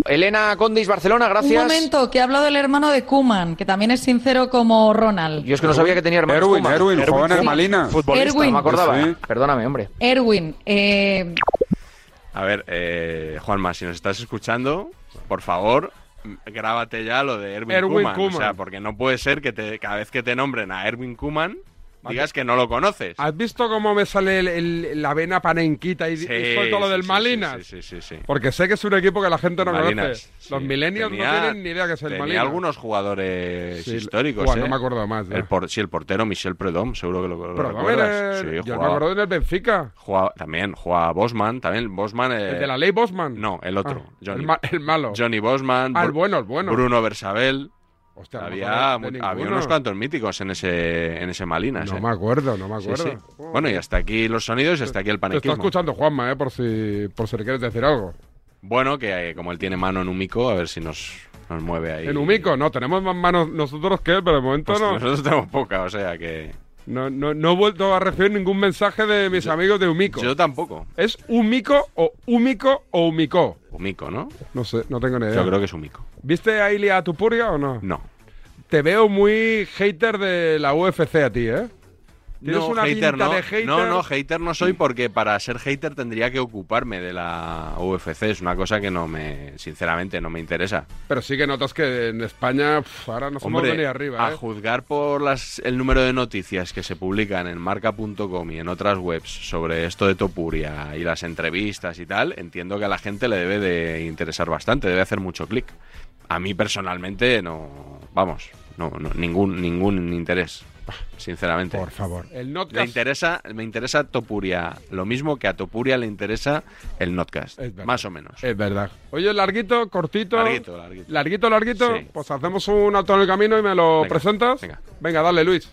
Speaker 5: Elena Condis, Barcelona, gracias.
Speaker 16: Un momento, que ha hablado el hermano de Kuman, que también es sincero como Ronald.
Speaker 5: Yo es que no sabía que tenía hermanos.
Speaker 17: Erwin,
Speaker 5: Koeman.
Speaker 17: Erwin, jugaba en el
Speaker 5: sí.
Speaker 17: Malina.
Speaker 5: Futbolista,
Speaker 16: Erwin.
Speaker 5: no me acordaba.
Speaker 6: Sí.
Speaker 5: Perdóname, hombre.
Speaker 16: Erwin, eh,
Speaker 6: A ver, eh, Juanma, si nos estás escuchando, por favor, m- grábate ya lo de Erwin,
Speaker 1: Erwin
Speaker 6: Koeman, O
Speaker 1: Koeman.
Speaker 6: sea, porque no puede ser que te- cada vez que te nombren a Erwin Kuman digas que no lo conoces.
Speaker 1: ¿Has visto cómo me sale el- el- la vena panenquita y, y suelto lo
Speaker 6: sí,
Speaker 1: del
Speaker 6: sí,
Speaker 1: Malinas?
Speaker 6: Sí, sí, sí. sí.
Speaker 1: Porque sé que es un equipo que la gente no
Speaker 6: Malinas,
Speaker 1: conoce. Los millennials no
Speaker 6: Tenía-
Speaker 1: tienen ni idea que es el
Speaker 6: tenía
Speaker 1: Malinas.
Speaker 6: algunos jugadores
Speaker 1: Sí,
Speaker 6: históricos.
Speaker 1: Juan,
Speaker 6: ¿eh?
Speaker 1: no me acuerdo más, ya.
Speaker 6: El por- sí, el portero Michel Predom, seguro que lo, lo
Speaker 1: Pero, a ver,
Speaker 6: recuerdas.
Speaker 1: eh,
Speaker 6: Sí,
Speaker 1: yo me
Speaker 6: jugaba-
Speaker 1: acuerdo en el Benfica.
Speaker 6: jugaba- también jugaba Bosman, también Bosman. eh,
Speaker 1: El de la ley Bosman.
Speaker 6: No, el otro.
Speaker 1: Ah,
Speaker 6: Johnny,
Speaker 1: el ma- el malo.
Speaker 6: Johnny Bosman.
Speaker 1: Ah, el
Speaker 6: Bru-
Speaker 1: bueno, el bueno.
Speaker 6: Bruno Bersabel.
Speaker 1: Hostia, no me
Speaker 6: había,
Speaker 1: acuerdo de
Speaker 6: mu-
Speaker 1: ninguno.
Speaker 6: había unos cuantos míticos en ese, en ese Malinas.
Speaker 1: No
Speaker 6: eh.
Speaker 1: me acuerdo, no me
Speaker 6: Sí,
Speaker 1: acuerdo. Oh,
Speaker 6: sí. Bueno, y hasta aquí los sonidos y hasta aquí el
Speaker 1: Te está
Speaker 6: panequismo.
Speaker 1: escuchando Juanma, eh, por si, por si le quieres decir algo.
Speaker 6: Bueno, que eh, como él tiene mano en un mico, a ver si nos, nos mueve ahí.
Speaker 1: En Umico, no, tenemos más manos nosotros que él, pero de momento
Speaker 6: Pues
Speaker 1: no.
Speaker 6: Nosotros tenemos poca, o sea que...
Speaker 1: No, no, no he vuelto a recibir ningún mensaje de mis amigos de Umico.
Speaker 6: Yo tampoco.
Speaker 1: ¿Es Umico o Umico o Umico?
Speaker 6: Umico, ¿no?
Speaker 1: No sé, no tengo ni idea.
Speaker 6: Yo creo que es un mico.
Speaker 1: ¿Viste a Ilia Tupuria o no?
Speaker 6: No.
Speaker 1: Te veo muy hater de la UFC a ti, ¿eh? Tienes
Speaker 6: No,
Speaker 1: una
Speaker 6: hater
Speaker 1: pinta
Speaker 6: no.
Speaker 1: de hater.
Speaker 6: No, no, hater no soy porque para ser hater tendría que ocuparme de la UFC. Es una cosa que no me, sinceramente, no me interesa.
Speaker 1: Pero sí que notas que en España pf, ahora nos hemos
Speaker 6: Hombre,
Speaker 1: venido arriba,
Speaker 6: a
Speaker 1: ¿eh?
Speaker 6: juzgar por las, el número de noticias que se publican en marca.com y en otras webs sobre esto de Topuria y las entrevistas y tal, entiendo que a la gente le debe de interesar bastante, debe hacer mucho clic. A mí personalmente no, vamos, no, no, ningún, ningún interés. sinceramente. Por
Speaker 1: favor. El
Speaker 6: Le
Speaker 1: Notcast.
Speaker 6: interesa, me interesa Topuria, lo mismo que a Topuria le interesa el Notcast,
Speaker 1: Es verdad.
Speaker 6: más o menos.
Speaker 1: Es verdad. Oye, larguito, cortito.
Speaker 6: Larguito, larguito.
Speaker 1: Larguito, larguito.
Speaker 6: Sí.
Speaker 1: Pues hacemos un auto en el camino y me lo
Speaker 6: Venga,
Speaker 1: presentas. Venga. dale, Luis.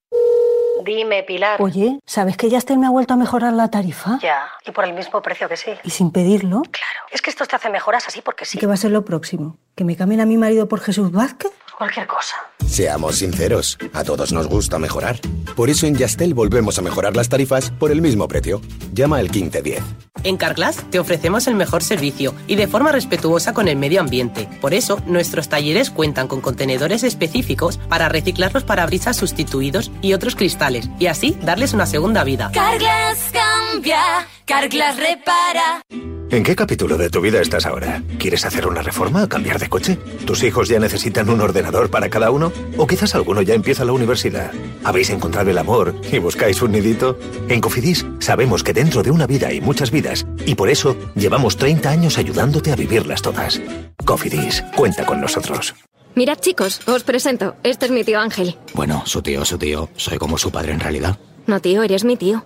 Speaker 18: Dime, Pilar.
Speaker 19: Oye, ¿sabes que Yastel me ha vuelto a mejorar la tarifa?
Speaker 18: Ya, y por el mismo precio que sí.
Speaker 19: ¿Y sin pedirlo?
Speaker 18: Claro, es que estos te hacen mejoras así porque sí.
Speaker 19: ¿Qué va a ser lo próximo? ¿Que me cambien a mi marido por Jesús Vázquez?
Speaker 18: Cualquier cosa.
Speaker 3: Seamos sinceros, a todos nos gusta mejorar. Por eso en Yastel volvemos a mejorar las tarifas por el mismo precio. Llama al 1510.
Speaker 20: En Carglass te ofrecemos el mejor servicio y de forma respetuosa con el medio ambiente. Por eso, nuestros talleres cuentan con contenedores específicos para reciclar los parabrisas sustituidos y otros cristales y así darles una segunda vida.
Speaker 21: Carglass cambia, Carglass repara.
Speaker 3: ¿En qué capítulo de tu vida estás ahora? ¿Quieres hacer una reforma o cambiar de coche? ¿Tus hijos ya necesitan un ordenador para cada uno? ¿O quizás alguno ya empieza la universidad? ¿Habéis encontrado el amor y buscáis un nidito? En Cofidis sabemos que dentro de una vida hay muchas vidas y por eso llevamos 30 años ayudándote a vivirlas todas. Cofidis, cuenta con nosotros.
Speaker 22: Mirad chicos, os presento. Este es mi tío Ángel.
Speaker 3: Bueno, su tío, su tío, soy como su padre en realidad,
Speaker 22: No tío, eres mi tío.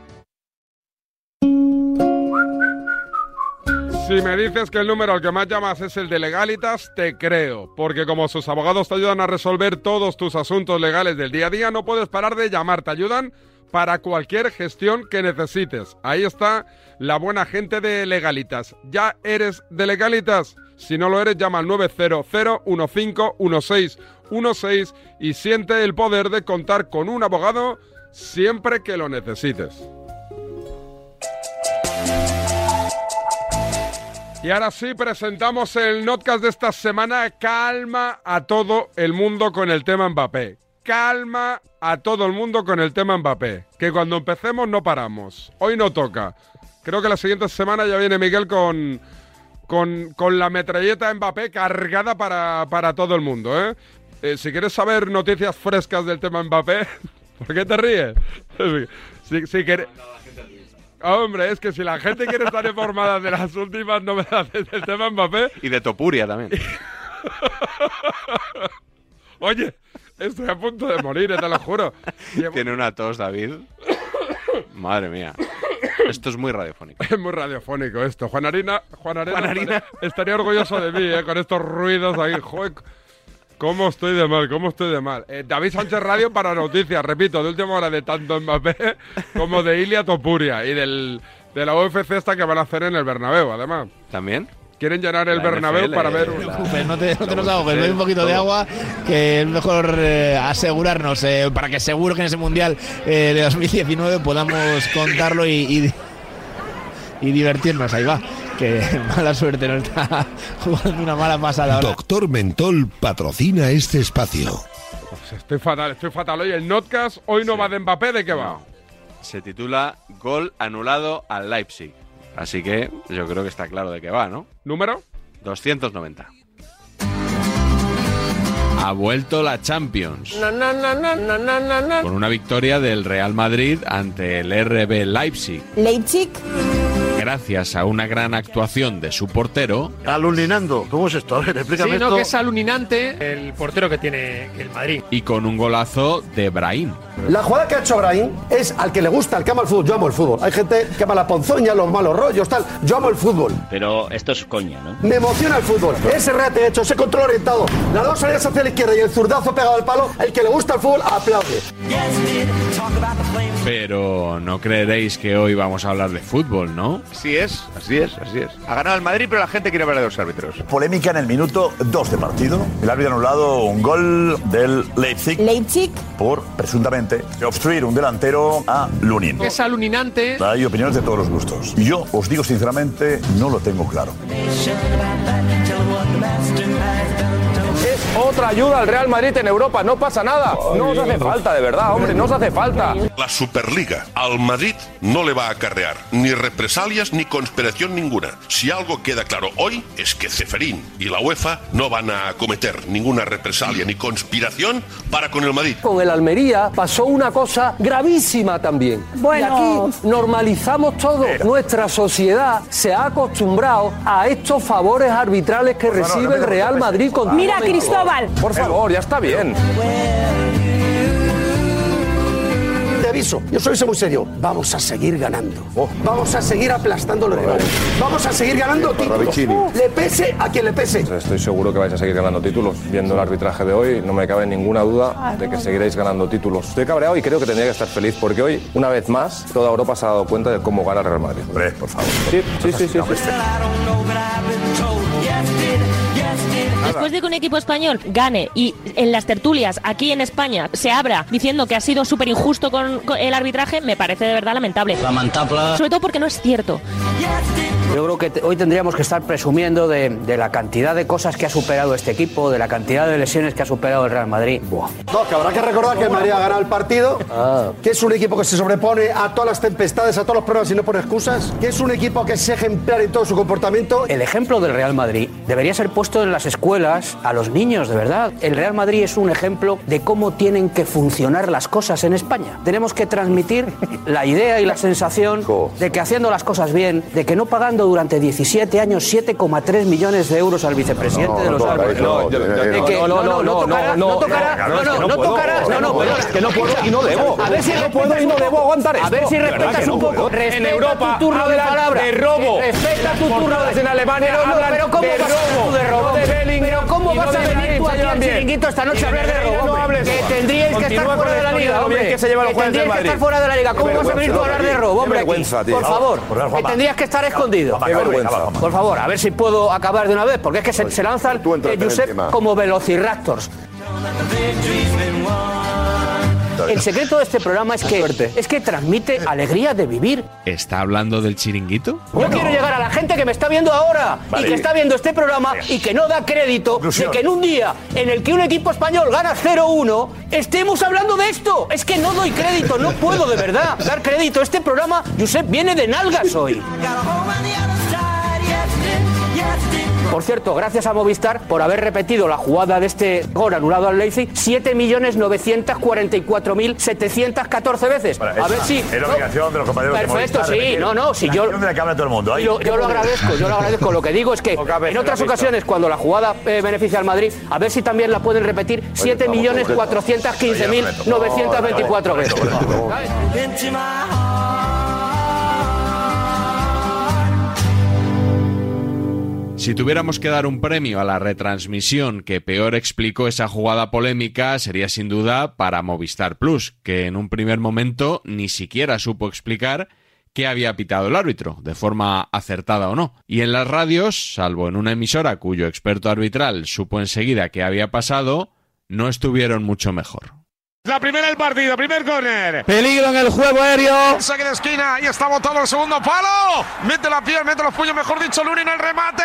Speaker 1: Si me dices que el número al que más llamas es el de Legalitas, te creo, porque como sus abogados te ayudan a resolver todos tus asuntos legales del día a día, no puedes parar de llamar, te ayudan para cualquier gestión que necesites. Ahí está la buena gente de Legalitas. ¿Ya eres de Legalitas? Si no lo eres, llama al 900-151616 y siente el poder de contar con un abogado siempre que lo necesites. Y ahora sí, presentamos el notcast de esta semana. Calma a todo el mundo con el tema Mbappé. Calma a todo el mundo con el tema Mbappé. Que cuando empecemos no paramos. Hoy no toca. Creo que la siguiente semana ya viene Miguel con, con, con la metralleta Mbappé cargada para, para todo el mundo. ¿eh? Eh, si quieres saber noticias frescas del tema Mbappé, <laughs> ¿por qué te ríes? <laughs> Si, si quer- Hombre, es que si la gente quiere estar informada de las últimas novedades del tema Mbappé,
Speaker 6: Y de Topuria también.
Speaker 1: <laughs> Oye, estoy a punto de morir, eh, te lo juro.
Speaker 6: Tiene una tos,
Speaker 1: <coughs>
Speaker 6: David. Madre mía. Esto es muy radiofónico.
Speaker 1: Es muy radiofónico esto. Juan Arena, Juan Arena, estaría- estaría orgulloso de mí, eh, con estos ruidos ahí. Joder, cómo estoy de mal, cómo estoy de mal. Eh, David Sánchez Radio para noticias, repito, de última hora de tanto Mbappé como de Ilia Topuria y del, de la UFC esta que van a hacer en el Bernabéu, además.
Speaker 6: ¿También?
Speaker 1: Quieren llenar el
Speaker 6: La
Speaker 1: Bernabéu
Speaker 6: NFL,
Speaker 1: para ver...
Speaker 6: eh, la-
Speaker 1: una-
Speaker 5: Pues no te, no te nos ahogues, bebe un poquito de agua, que es mejor eh, asegurarnos, eh, para que seguro que en ese Mundial eh, de 2019 podamos contarlo y, y- y divertirnos. Ahí va, que <laughs> mala suerte nos está jugando <laughs> una mala pasada ahora.
Speaker 23: Doctor Mentol patrocina este espacio.
Speaker 1: Pues Estoy fatal, estoy fatal. Oye, el Notcast hoy no va de Mbappé, ¿de qué va?
Speaker 6: Se titula Gol anulado al Leipzig. Así que yo creo que está claro de qué va, ¿no?
Speaker 1: ¿Número?
Speaker 6: 290. Ha vuelto la Champions.
Speaker 24: No, no, no, no, no, no, no, no.
Speaker 6: Con una victoria del Real Madrid ante el RB Leipzig.
Speaker 24: Leipzig.
Speaker 6: gracias a una gran actuación de su portero.
Speaker 25: Aluninando. ¿Cómo es esto? A ver, explícame
Speaker 26: Sino
Speaker 25: esto.
Speaker 26: que es aluninante el portero que tiene el Madrid.
Speaker 6: Y con un golazo de Brahim.
Speaker 3: La jugada que ha hecho Brahim es al que le gusta, al que ama el fútbol. Yo amo el fútbol. Hay gente que ama la ponzoña, los malos rollos, tal. Yo amo el fútbol.
Speaker 7: Pero esto es coña, ¿no?
Speaker 3: Me emociona el fútbol. Ese rete hecho, ese control orientado, las dos salidas hacia la izquierda y el zurdazo pegado al palo. El que le gusta el fútbol aplaude.
Speaker 6: Pero no creeréis que hoy vamos a hablar de fútbol, ¿no?
Speaker 25: Así es, así es, así es. Ha ganado el Madrid, pero la gente quiere hablar de los árbitros.
Speaker 27: Polémica en el minuto 2 de partido. El árbitro ha anulado un gol del Leipzig. Leipzig. Por, presuntamente, obstruir un delantero a Lunin.
Speaker 26: Es aluninante.
Speaker 27: Hay opiniones de todos los gustos. Yo os digo sinceramente, no lo tengo claro.
Speaker 28: Es otra ayuda al Real Madrid en Europa, no pasa nada. No os hace falta, de verdad, hombre, no os hace falta. La Superliga al Madrid no le va a acarrear ni represalias ni conspiración ninguna. Si algo queda claro hoy es que Ceferín y la UEFA no van a acometer ninguna represalia ni conspiración para con el Madrid.
Speaker 24: Con el Almería pasó una cosa gravísima también.
Speaker 28: Bueno.
Speaker 24: Y aquí normalizamos todo. Nuestra sociedad se ha acostumbrado a estos favores arbitrales que
Speaker 28: no, no
Speaker 24: recibe el
Speaker 28: me
Speaker 24: Real
Speaker 28: preocupes.
Speaker 24: Madrid con
Speaker 28: Mira, Cristóbal.
Speaker 24: Por favor, ya está bien.
Speaker 3: Te aviso, yo soy muy serio. Vamos a seguir ganando.
Speaker 28: Oh.
Speaker 3: Vamos a seguir aplastando los rivales. Vamos a seguir ganando títulos.
Speaker 5: Ravicini.
Speaker 3: Le pese a quien le pese.
Speaker 5: Estoy seguro que vais a seguir ganando títulos. Viendo el arbitraje de hoy, no me cabe ninguna duda de que seguiréis ganando títulos. Estoy cabreado y creo que tendría que estar feliz porque hoy, una vez más, toda Europa se ha dado cuenta de cómo gana el Real Madrid. por favor. Sí, sí, sí. sí, sí.
Speaker 29: Después de que un equipo español gane y en las tertulias aquí en España se abra diciendo que ha sido súper injusto con, con el arbitraje, me parece de verdad lamentable.
Speaker 13: Lamentable.
Speaker 29: Sobre todo porque no es cierto.
Speaker 13: Yo creo que te- hoy tendríamos que estar presumiendo de, de la cantidad de cosas que ha superado este equipo, de la cantidad de lesiones que ha superado el Real Madrid. Buah.
Speaker 3: No, que habrá que recordar que el Madrid ha ganado el partido,
Speaker 5: Ah.
Speaker 3: que es un equipo que se sobrepone a todas las tempestades, a todos los problemas y no pone excusas, que es un equipo que es ejemplar en todo su comportamiento.
Speaker 13: El ejemplo del Real Madrid debería ser puesto en las escuelas a los niños, de verdad. El Real Madrid es un ejemplo de cómo tienen que funcionar las cosas en España. Tenemos que transmitir la idea y la sensación de que haciendo las cosas bien, de que no pagando durante 17 años 7,3 millones de euros al vicepresidente de los árbitros.
Speaker 5: No, yo- yo-
Speaker 13: De que-
Speaker 5: Eh, no, no, no, no, no, no,
Speaker 13: tocará- no,
Speaker 5: no, no,
Speaker 13: no
Speaker 5: no puedo,
Speaker 13: tocará- no, no,
Speaker 5: no,
Speaker 13: perdona.
Speaker 5: es que no puedo y no debo.
Speaker 13: A ver si
Speaker 5: No
Speaker 13: respetas
Speaker 5: puedo y no
Speaker 13: un
Speaker 5: debo
Speaker 13: poco.
Speaker 5: aguantar
Speaker 13: A ver
Speaker 5: esto.
Speaker 13: si
Speaker 5: De verdad
Speaker 13: respetas
Speaker 5: que no
Speaker 13: un poco.
Speaker 5: puedo.
Speaker 13: Respeta
Speaker 5: En Europa
Speaker 13: tu turno de
Speaker 5: hablan
Speaker 13: palabra.
Speaker 5: de robo.
Speaker 13: Respeta tu
Speaker 5: Las
Speaker 13: turno
Speaker 5: portadas
Speaker 13: de-
Speaker 5: en Alemania
Speaker 13: Pero no,
Speaker 5: hablan
Speaker 13: pero ¿cómo
Speaker 5: de
Speaker 13: vas a hablar tú de
Speaker 5: robo,
Speaker 13: robo?
Speaker 5: de Bellingham
Speaker 13: Pero ¿cómo
Speaker 5: y
Speaker 13: vas
Speaker 5: no
Speaker 13: a
Speaker 5: de
Speaker 13: venir
Speaker 5: Bellingham
Speaker 13: tú
Speaker 5: se
Speaker 13: aquí
Speaker 5: llevan
Speaker 13: al
Speaker 5: bien.
Speaker 13: chiringuito esta noche
Speaker 5: Y
Speaker 13: a hablar de
Speaker 5: de
Speaker 13: robo?
Speaker 5: Bellingham no
Speaker 13: hombre?
Speaker 5: hables,
Speaker 13: Que
Speaker 5: Juan.
Speaker 13: tendríais que estar
Speaker 5: Continúa
Speaker 13: fuera
Speaker 5: con
Speaker 13: de la
Speaker 5: el- con
Speaker 13: liga,
Speaker 5: lo bien
Speaker 13: hombre.
Speaker 5: que se llevan los
Speaker 13: Que
Speaker 5: jugadores
Speaker 13: tendríais
Speaker 5: del
Speaker 13: que estar fuera
Speaker 5: Madrid.
Speaker 13: de la liga.
Speaker 5: Qué
Speaker 13: ¿Cómo vas a venir tú a
Speaker 5: vergüenza,
Speaker 13: hablar de
Speaker 5: tío.
Speaker 13: robo,
Speaker 5: Qué
Speaker 13: hombre? aquí?
Speaker 5: vergüenza, tío.
Speaker 13: Por favor,
Speaker 5: Por favor,
Speaker 13: que
Speaker 5: Juanma.
Speaker 13: tendrías que estar escondido.
Speaker 5: Qué vergüenza, Juanma. Pues,
Speaker 13: Por favor, a ver si puedo acabar de una vez, porque es que se, se lanzan eh, Josep
Speaker 5: encima.
Speaker 13: como velociraptors. El secreto de este programa es que, es que transmite alegría de vivir.
Speaker 6: ¿Está hablando del chiringuito?
Speaker 13: Yo quiero llegar a la gente que me está viendo ahora
Speaker 6: Vale.
Speaker 13: y que está viendo este programa y que no da crédito
Speaker 6: Conclusión.
Speaker 13: de que en un día en el que un equipo español gana 0-1 estemos hablando de esto. Es que no doy crédito, no puedo de verdad dar crédito. Este programa, Josep, viene de nalgas hoy. Por cierto, gracias a Movistar por haber repetido la jugada de este gol anulado al Leipzig 7.944.714 veces. a ver si...
Speaker 27: Es la
Speaker 13: no,
Speaker 27: obligación de los compañeros de
Speaker 13: Perfecto,
Speaker 27: Movistar,
Speaker 13: sí,
Speaker 27: repetir.
Speaker 13: no, no, si
Speaker 27: La
Speaker 13: yo-
Speaker 27: acción de la que habla todo el mundo. ahí.
Speaker 13: yo, yo lo agradezco, yo lo agradezco. Lo que digo es que en
Speaker 27: lo
Speaker 13: otras
Speaker 27: has visto.
Speaker 13: ocasiones, cuando la jugada eh, beneficia al Madrid, a ver si también la pueden repetir
Speaker 27: estamos
Speaker 13: cuatro
Speaker 24: 7.415.924
Speaker 13: veces.
Speaker 6: Si tuviéramos que dar un premio a la retransmisión que peor explicó esa jugada polémica, sería sin duda para Movistar Plus, que en un primer momento ni siquiera supo explicar qué había pitado el árbitro, de forma acertada o no. Y en las radios, salvo en una emisora cuyo experto arbitral supo enseguida qué había pasado, no estuvieron mucho mejor.
Speaker 1: La primera del partido, primer córner.
Speaker 6: Peligro en el juego aéreo.
Speaker 1: Saque de esquina y está botado el segundo palo. Mete la piel, mete los puños, mejor dicho, Lunin el remate.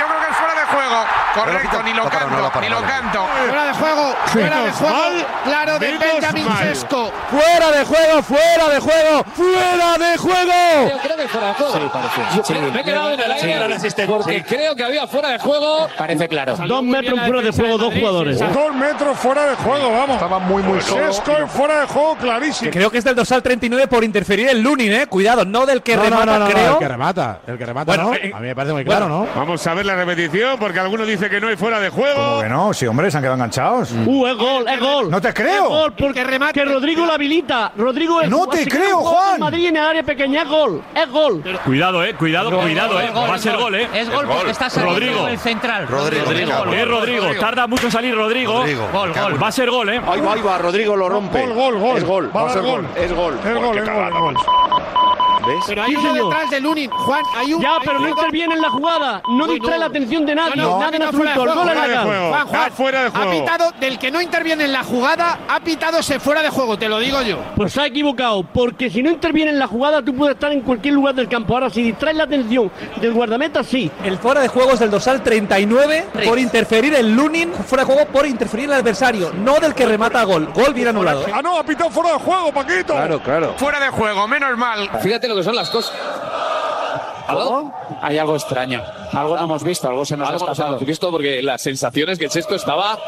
Speaker 1: Yo creo que es fuera de juego.
Speaker 30: juego. Correcto, ni lo canto, ni lo canto.
Speaker 31: Fuera de juego, fuera de
Speaker 30: Menos
Speaker 31: juego.
Speaker 30: mal,
Speaker 31: Claro, de
Speaker 30: menos
Speaker 31: Benjamin
Speaker 30: mal.
Speaker 31: Sesco.
Speaker 7: Fuera de juego, fuera de juego, fuera de juego.
Speaker 5: Creo que fuera de juego. Yo creo- Me he quedado en el aire porque creo que había fuera de juego. Parece claro.
Speaker 7: Dos metros fuera de juego, dos jugadores.
Speaker 32: Dos metros fuera de juego, vamos. Estaba muy, muy Sesco en fuera de juego, clarísimo.
Speaker 33: Creo que es del dorsal 39 por interferir el Lunin, eh. Cuidado, no del que
Speaker 31: No, no,
Speaker 33: remata,
Speaker 31: no, no, no,
Speaker 33: creo. eh,
Speaker 31: el que
Speaker 33: remata, el que remata,
Speaker 30: ¿no?
Speaker 33: A mí me parece muy
Speaker 30: eh, Bueno, Vamos a ver la repetición porque alguno dice que no hay fuera de juego.
Speaker 34: Bueno, sí, hombre, se han quedado enganchados.
Speaker 7: Uh, es gol, es gol. No te creo. Es gol porque remate. Que Rodrigo la habilita. Rodrigo es
Speaker 34: No te
Speaker 7: si queda
Speaker 34: creo,
Speaker 7: un gol
Speaker 34: Juan.
Speaker 7: del Madrid en el área pequeña es gol. Es gol.
Speaker 8: Cuidado, eh, cuidado,
Speaker 7: Gol,
Speaker 8: cuidado,
Speaker 7: gol,
Speaker 8: eh.
Speaker 7: gol,
Speaker 8: Va a
Speaker 7: es
Speaker 8: ser
Speaker 7: gol.
Speaker 8: gol, eh.
Speaker 7: Es gol porque está saliendo
Speaker 8: Rodrigo.
Speaker 7: el central. Rodrigo,
Speaker 8: Rodrigo, Rodrigo. Eh, Rodrigo.
Speaker 7: Rodrigo.
Speaker 8: Tarda mucho en salir Rodrigo.
Speaker 32: Rodrigo.
Speaker 8: Gol, gol. Va a ser gol, eh.
Speaker 32: Ahí va, ahí va, Rodrigo lo rompe.
Speaker 8: Gol, gol, gol.
Speaker 32: Es gol,
Speaker 8: Va a
Speaker 32: va a ser
Speaker 8: dar
Speaker 32: gol.
Speaker 8: gol.
Speaker 32: Es gol.
Speaker 8: Es gol, es gol, es gol.
Speaker 32: ¿Ves?
Speaker 7: Pero hay uno detrás de Lunin. Juan, hay uno. Ya, pero no interviene en la jugada. No distrae la atención de nadie. Nada en absoluto. El gol
Speaker 30: fuera
Speaker 7: es
Speaker 30: de juego.
Speaker 7: legal.
Speaker 30: Juan, Juan, fuera de juego.
Speaker 31: Ha pitado, del que no interviene en la jugada, ha pitado ese fuera de juego, te lo digo yo.
Speaker 5: Pues se ha equivocado, porque si no interviene en la jugada, tú puedes estar en cualquier lugar del campo. Ahora, si distraes la atención del guardameta, sí.
Speaker 33: El fuera de juego es del dorsal 39 por interferir el Lunin, fuera de juego por interferir el adversario, no del que remata a gol. Gol bien anulado.
Speaker 30: Ah, no, ha pitado fuera de juego, Paquito.
Speaker 33: Claro, claro.
Speaker 30: Fuera de juego, menos mal.
Speaker 5: Fíjate lo que son las cosas. ¿Algo? Hay algo extraño. Algo no hemos visto, algo se nos ha pasado. visto porque las sensaciones que el sexto estaba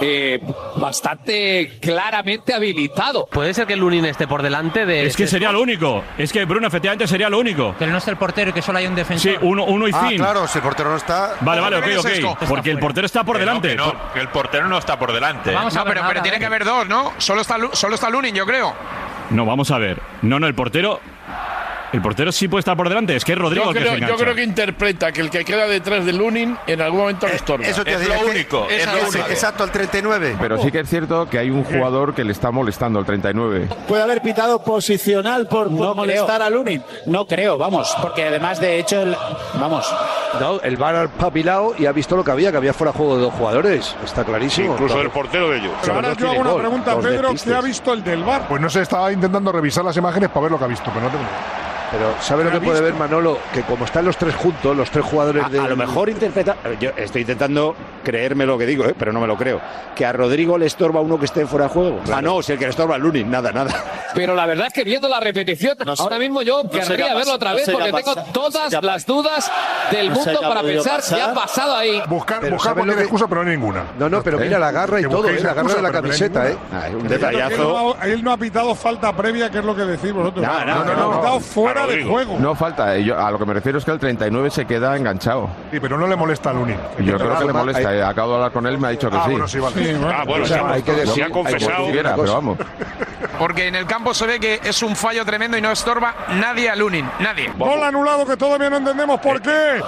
Speaker 5: eh, bastante claramente habilitado.
Speaker 13: Puede ser que el Lunin esté por delante de.
Speaker 8: Es que sería lo único. Es que Bruno, efectivamente, sería lo único.
Speaker 13: Que no es el portero y que solo hay un defensor.
Speaker 8: Sí, uno, uno y
Speaker 13: Ah,
Speaker 8: fin.
Speaker 13: claro,
Speaker 1: si el portero no está.
Speaker 8: Vale, vale, ok, Está fuera. ok. Porque el portero está por
Speaker 13: Que no,
Speaker 8: delante.
Speaker 13: que no, que el portero no está por delante.
Speaker 30: no, pero, pero tiene que haber dos, ¿no? Solo está, Lu- solo está Lunin, yo creo.
Speaker 8: No, vamos a ver. No, no, el portero. El portero sí puede estar por delante. Es que es Rodrigo
Speaker 1: yo,
Speaker 8: el que
Speaker 1: creo,
Speaker 8: se
Speaker 1: yo
Speaker 8: engancha.
Speaker 1: creo que interpreta que el que queda detrás de Lunin en algún momento le estorba.
Speaker 8: Eh, eso te
Speaker 1: es
Speaker 8: decía
Speaker 1: lo
Speaker 8: que-
Speaker 1: único.
Speaker 8: es
Speaker 1: es lo
Speaker 8: ese-
Speaker 1: único.
Speaker 8: exacto,
Speaker 1: el 39.
Speaker 35: Pero sí que es cierto que hay un jugador que le está molestando al 39.
Speaker 36: Puede haber pitado posicional por, molestar a Lunin. No creo, vamos, porque además de hecho, el- vamos.
Speaker 3: el VAR ha papilado y ha visto lo que había, que había fuera juego de dos jugadores. Está clarísimo.
Speaker 1: Incluso el
Speaker 3: Claro.
Speaker 1: portero de ellos.
Speaker 3: Pero
Speaker 1: ahora
Speaker 3: no
Speaker 1: yo hago
Speaker 3: tiene
Speaker 1: una
Speaker 3: gol,
Speaker 1: pregunta,
Speaker 3: dos
Speaker 1: Pedro,
Speaker 3: despistes.
Speaker 1: ¿qué ha visto el del bar?
Speaker 3: Pues no se estaba intentando revisar las imágenes para ver lo que ha visto, pero no tengo. Pero ¿sabe lo
Speaker 6: ¿Pero
Speaker 3: que
Speaker 6: ha
Speaker 3: puede ver
Speaker 6: visto?
Speaker 3: Manolo? Que como están los tres juntos, los tres jugadores de.
Speaker 6: A lo mejor interpreta. eh, Yo estoy intentando creerme lo que digo, ¿eh? pero no me lo creo. Que a Rodrigo le estorba uno que esté fuera de juego. Ah, no, si el que le estorba a Lunin, nada, nada.
Speaker 5: Pero la verdad es que viendo la repetición,
Speaker 6: sé.
Speaker 5: ahora mismo yo
Speaker 6: No sé qué
Speaker 5: querría
Speaker 6: ha
Speaker 5: verlo
Speaker 6: pasado,
Speaker 5: otra
Speaker 6: no
Speaker 5: vez
Speaker 6: sé qué
Speaker 5: porque
Speaker 6: ha
Speaker 5: tengo
Speaker 6: pasado,
Speaker 5: todas las dudas del
Speaker 6: No sé
Speaker 5: mundo
Speaker 6: qué ha
Speaker 5: para
Speaker 6: podido
Speaker 5: pensar qué
Speaker 6: pasar.
Speaker 5: ha pasado ahí.
Speaker 3: Buscar,
Speaker 6: Pero ¿sabe
Speaker 3: buscar
Speaker 6: lo
Speaker 3: cualquier
Speaker 6: que-
Speaker 3: excusa, pero no hay ninguna.
Speaker 6: No, no, pero mira la garra y
Speaker 3: Que
Speaker 6: todo,
Speaker 3: busquéis
Speaker 6: ¿eh? La garra
Speaker 3: excusa,
Speaker 6: de la
Speaker 3: pero no hay
Speaker 6: camiseta,
Speaker 3: ninguna.
Speaker 6: ¿eh? Ah, es un
Speaker 1: Yo creo que
Speaker 6: detallazo.
Speaker 1: Él no, ha, él no ha pitado falta previa, que es lo que decís vosotros. no, ha pitado fuera de juego.
Speaker 6: No falta. eh, yo- a lo que me refiero es que el 39 se queda enganchado.
Speaker 3: Sí, pero no le molesta al Lunin.
Speaker 6: Yo creo que le
Speaker 3: Además,
Speaker 6: molesta.
Speaker 3: hay-
Speaker 6: eh, Acabo de hablar con él, me ha dicho que
Speaker 1: Ah,
Speaker 6: sí.
Speaker 1: bueno, sí, vale. Sí, bueno. Ah, bueno,
Speaker 6: O sea,
Speaker 1: sí,
Speaker 6: hay que
Speaker 1: sí,
Speaker 6: decir,
Speaker 1: ha confesado.
Speaker 6: hay que decir, pero vamos.
Speaker 30: Porque en el campo se ve que es un fallo tremendo y no estorba nadie a Lunin. Nadie.
Speaker 1: Gol anulado que todavía no entendemos por qué.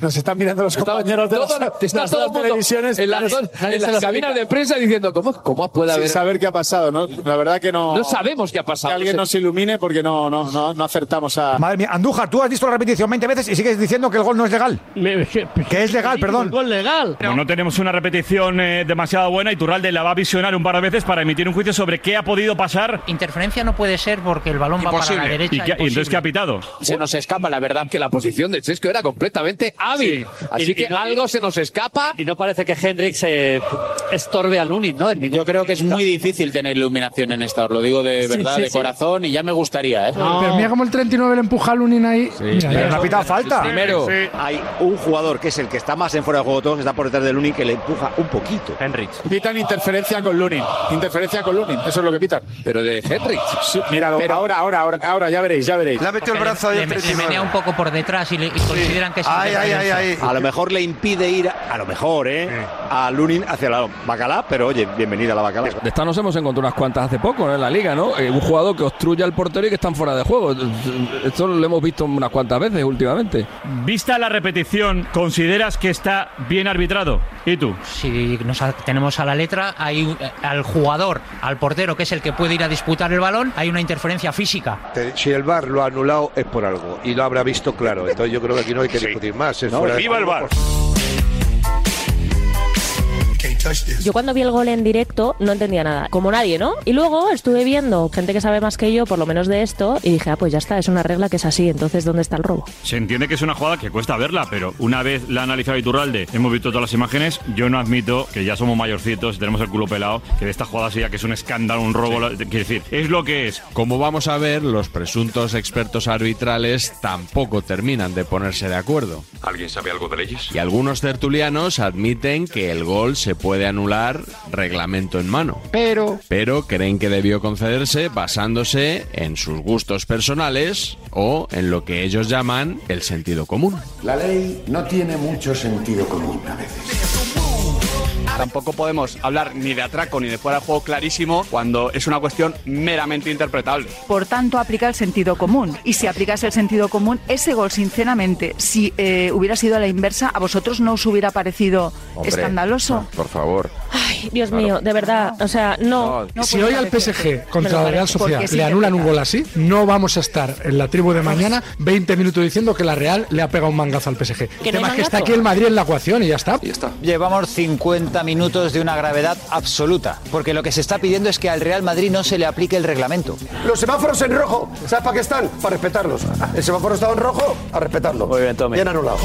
Speaker 36: Nos están mirando los compañeros de
Speaker 5: Todo-
Speaker 36: las,
Speaker 5: está
Speaker 36: las
Speaker 5: todo el
Speaker 36: dos
Speaker 5: mundo
Speaker 36: televisiones.
Speaker 5: en las, dos- en las cabinas de prensa diciendo cómo, cómo puede
Speaker 36: Sin
Speaker 5: haber
Speaker 36: saber qué ha pasado, ¿no? La verdad que no.
Speaker 5: No sabemos qué ha pasado.
Speaker 36: Que alguien
Speaker 5: No
Speaker 36: nos ilumine porque no, no, no, no acertamos a.
Speaker 37: Madre mía, Andújar, tú has visto la repetición 20 veces y sigues diciendo que el gol no es legal.
Speaker 13: <laughs>
Speaker 37: que es legal, perdón.
Speaker 5: Gol legal.
Speaker 8: Como no tenemos una repetición eh, demasiado buena, Iturralde la va a visionar un par de veces para emitir un juicio sobre qué ha podido pasar.
Speaker 13: Interferencia no puede ser porque el balón va para la derecha.
Speaker 8: ¿Y, qué- y entonces qué ha pitado?
Speaker 5: Se nos escapa, la verdad, que la posición de Chesco era completamente hábil. Así que algo se nos escapa. Y no parece que Hendrix estorbe al Lunin, ¿no? Yo creo que es muy difícil tener iluminación en esta, os lo digo de
Speaker 36: verdad, de
Speaker 5: corazón, y ya me gustaría, ¿eh?
Speaker 37: Pero mira cómo el 39 le empuja a Lunin ahí. Mira, ya.
Speaker 3: Primero, hay un jugador que es el que está más en fuera de juego de todos, que está por detrás de Lunin, que le empuja un poquito. Henry.
Speaker 36: Pitan interferencia con Lunin. Interferencia con Lunin. Eso es lo que pitan.
Speaker 5: Pero de Hendrix.
Speaker 36: Sí, míralo.
Speaker 5: Pero-
Speaker 36: ahora, ahora, ahora, ahora, ya veréis, ya veréis.
Speaker 13: Le- le- le menea un poco por detrás y, le, y consideran que es interferencia.
Speaker 3: A lo mejor le impide ir, a a lo mejor, ¿eh? A Lunin hacia la bacalá, pero oye, bienvenida a la bacalá.
Speaker 6: De estas nos hemos encontrado unas cuantas hace poco ¿no? en la liga, ¿no? Eh, un jugador que obstruye al portero y que están fuera de juego. Esto lo hemos visto unas cuantas veces últimamente.
Speaker 8: Vista la repetición, ¿consideras que está bien arbitrado? ¿Y tú?
Speaker 13: Si nos a- tenemos a la letra, hay un- eh, al jugador, al portero, que es el que puede ir a disputar el balón, hay una interferencia física.
Speaker 3: Si el VAR lo ha anulado es por algo y lo habrá visto claro. Entonces yo creo que aquí no hay que discutir más. es fuera de juego.
Speaker 29: Can't touch this. Yo cuando vi el gol en directo no entendía nada, como nadie, ¿no? Y luego estuve viendo gente que sabe más que yo, por lo menos de esto, y dije, ah, pues ya está, es una regla que es así, entonces ¿dónde está el robo?
Speaker 8: Se entiende que es una jugada que cuesta verla, pero una vez la ha analizado Iturralde, hemos visto todas las imágenes, yo no admito que ya somos mayorcitos, tenemos el culo pelado, que de esta jugada sea que es un escándalo, un robo, la- quiero decir, es lo que es.
Speaker 6: Como vamos a ver, los presuntos expertos arbitrales tampoco terminan de ponerse de acuerdo.
Speaker 9: ¿Alguien sabe algo de leyes?
Speaker 6: Y algunos tertulianos admiten que el gol se puede anular reglamento en mano. Pero. Pero creen que debió concederse basándose en sus gustos personales o en lo que ellos llaman el sentido común.
Speaker 38: La ley no tiene mucho sentido común a veces. Tampoco podemos hablar ni de atraco ni de fuera de juego clarísimo cuando es una cuestión meramente interpretable.
Speaker 16: Por tanto, aplica el sentido común. Y si aplicas el sentido común, ese gol, sinceramente, si eh, hubiera sido a la inversa, ¿a vosotros no os hubiera parecido
Speaker 9: Hombre,
Speaker 16: escandaloso?
Speaker 9: Por favor.
Speaker 29: Ay, Dios mío, de verdad, o sea, no.
Speaker 5: si hoy al PSG contra la Real Sociedad
Speaker 29: Porque sí
Speaker 5: le
Speaker 29: que
Speaker 5: anulan un gol así, no vamos a estar en la tribu de mañana 20 minutos diciendo que la Real le ha pegado un mangazo al PSG.
Speaker 16: no hay
Speaker 5: El tema es que está
Speaker 16: mangazo.
Speaker 5: aquí el Madrid en la ecuación y ya está.
Speaker 16: Llevamos 50 minutos de una gravedad absoluta, porque lo que se está pidiendo es que al Real Madrid no se le aplique el reglamento.
Speaker 5: Los semáforos en rojo, ¿sabes para qué están? Para respetarlos. Ah, El semáforo está en rojo, a respetarlo. Muy bien, Bien anulado.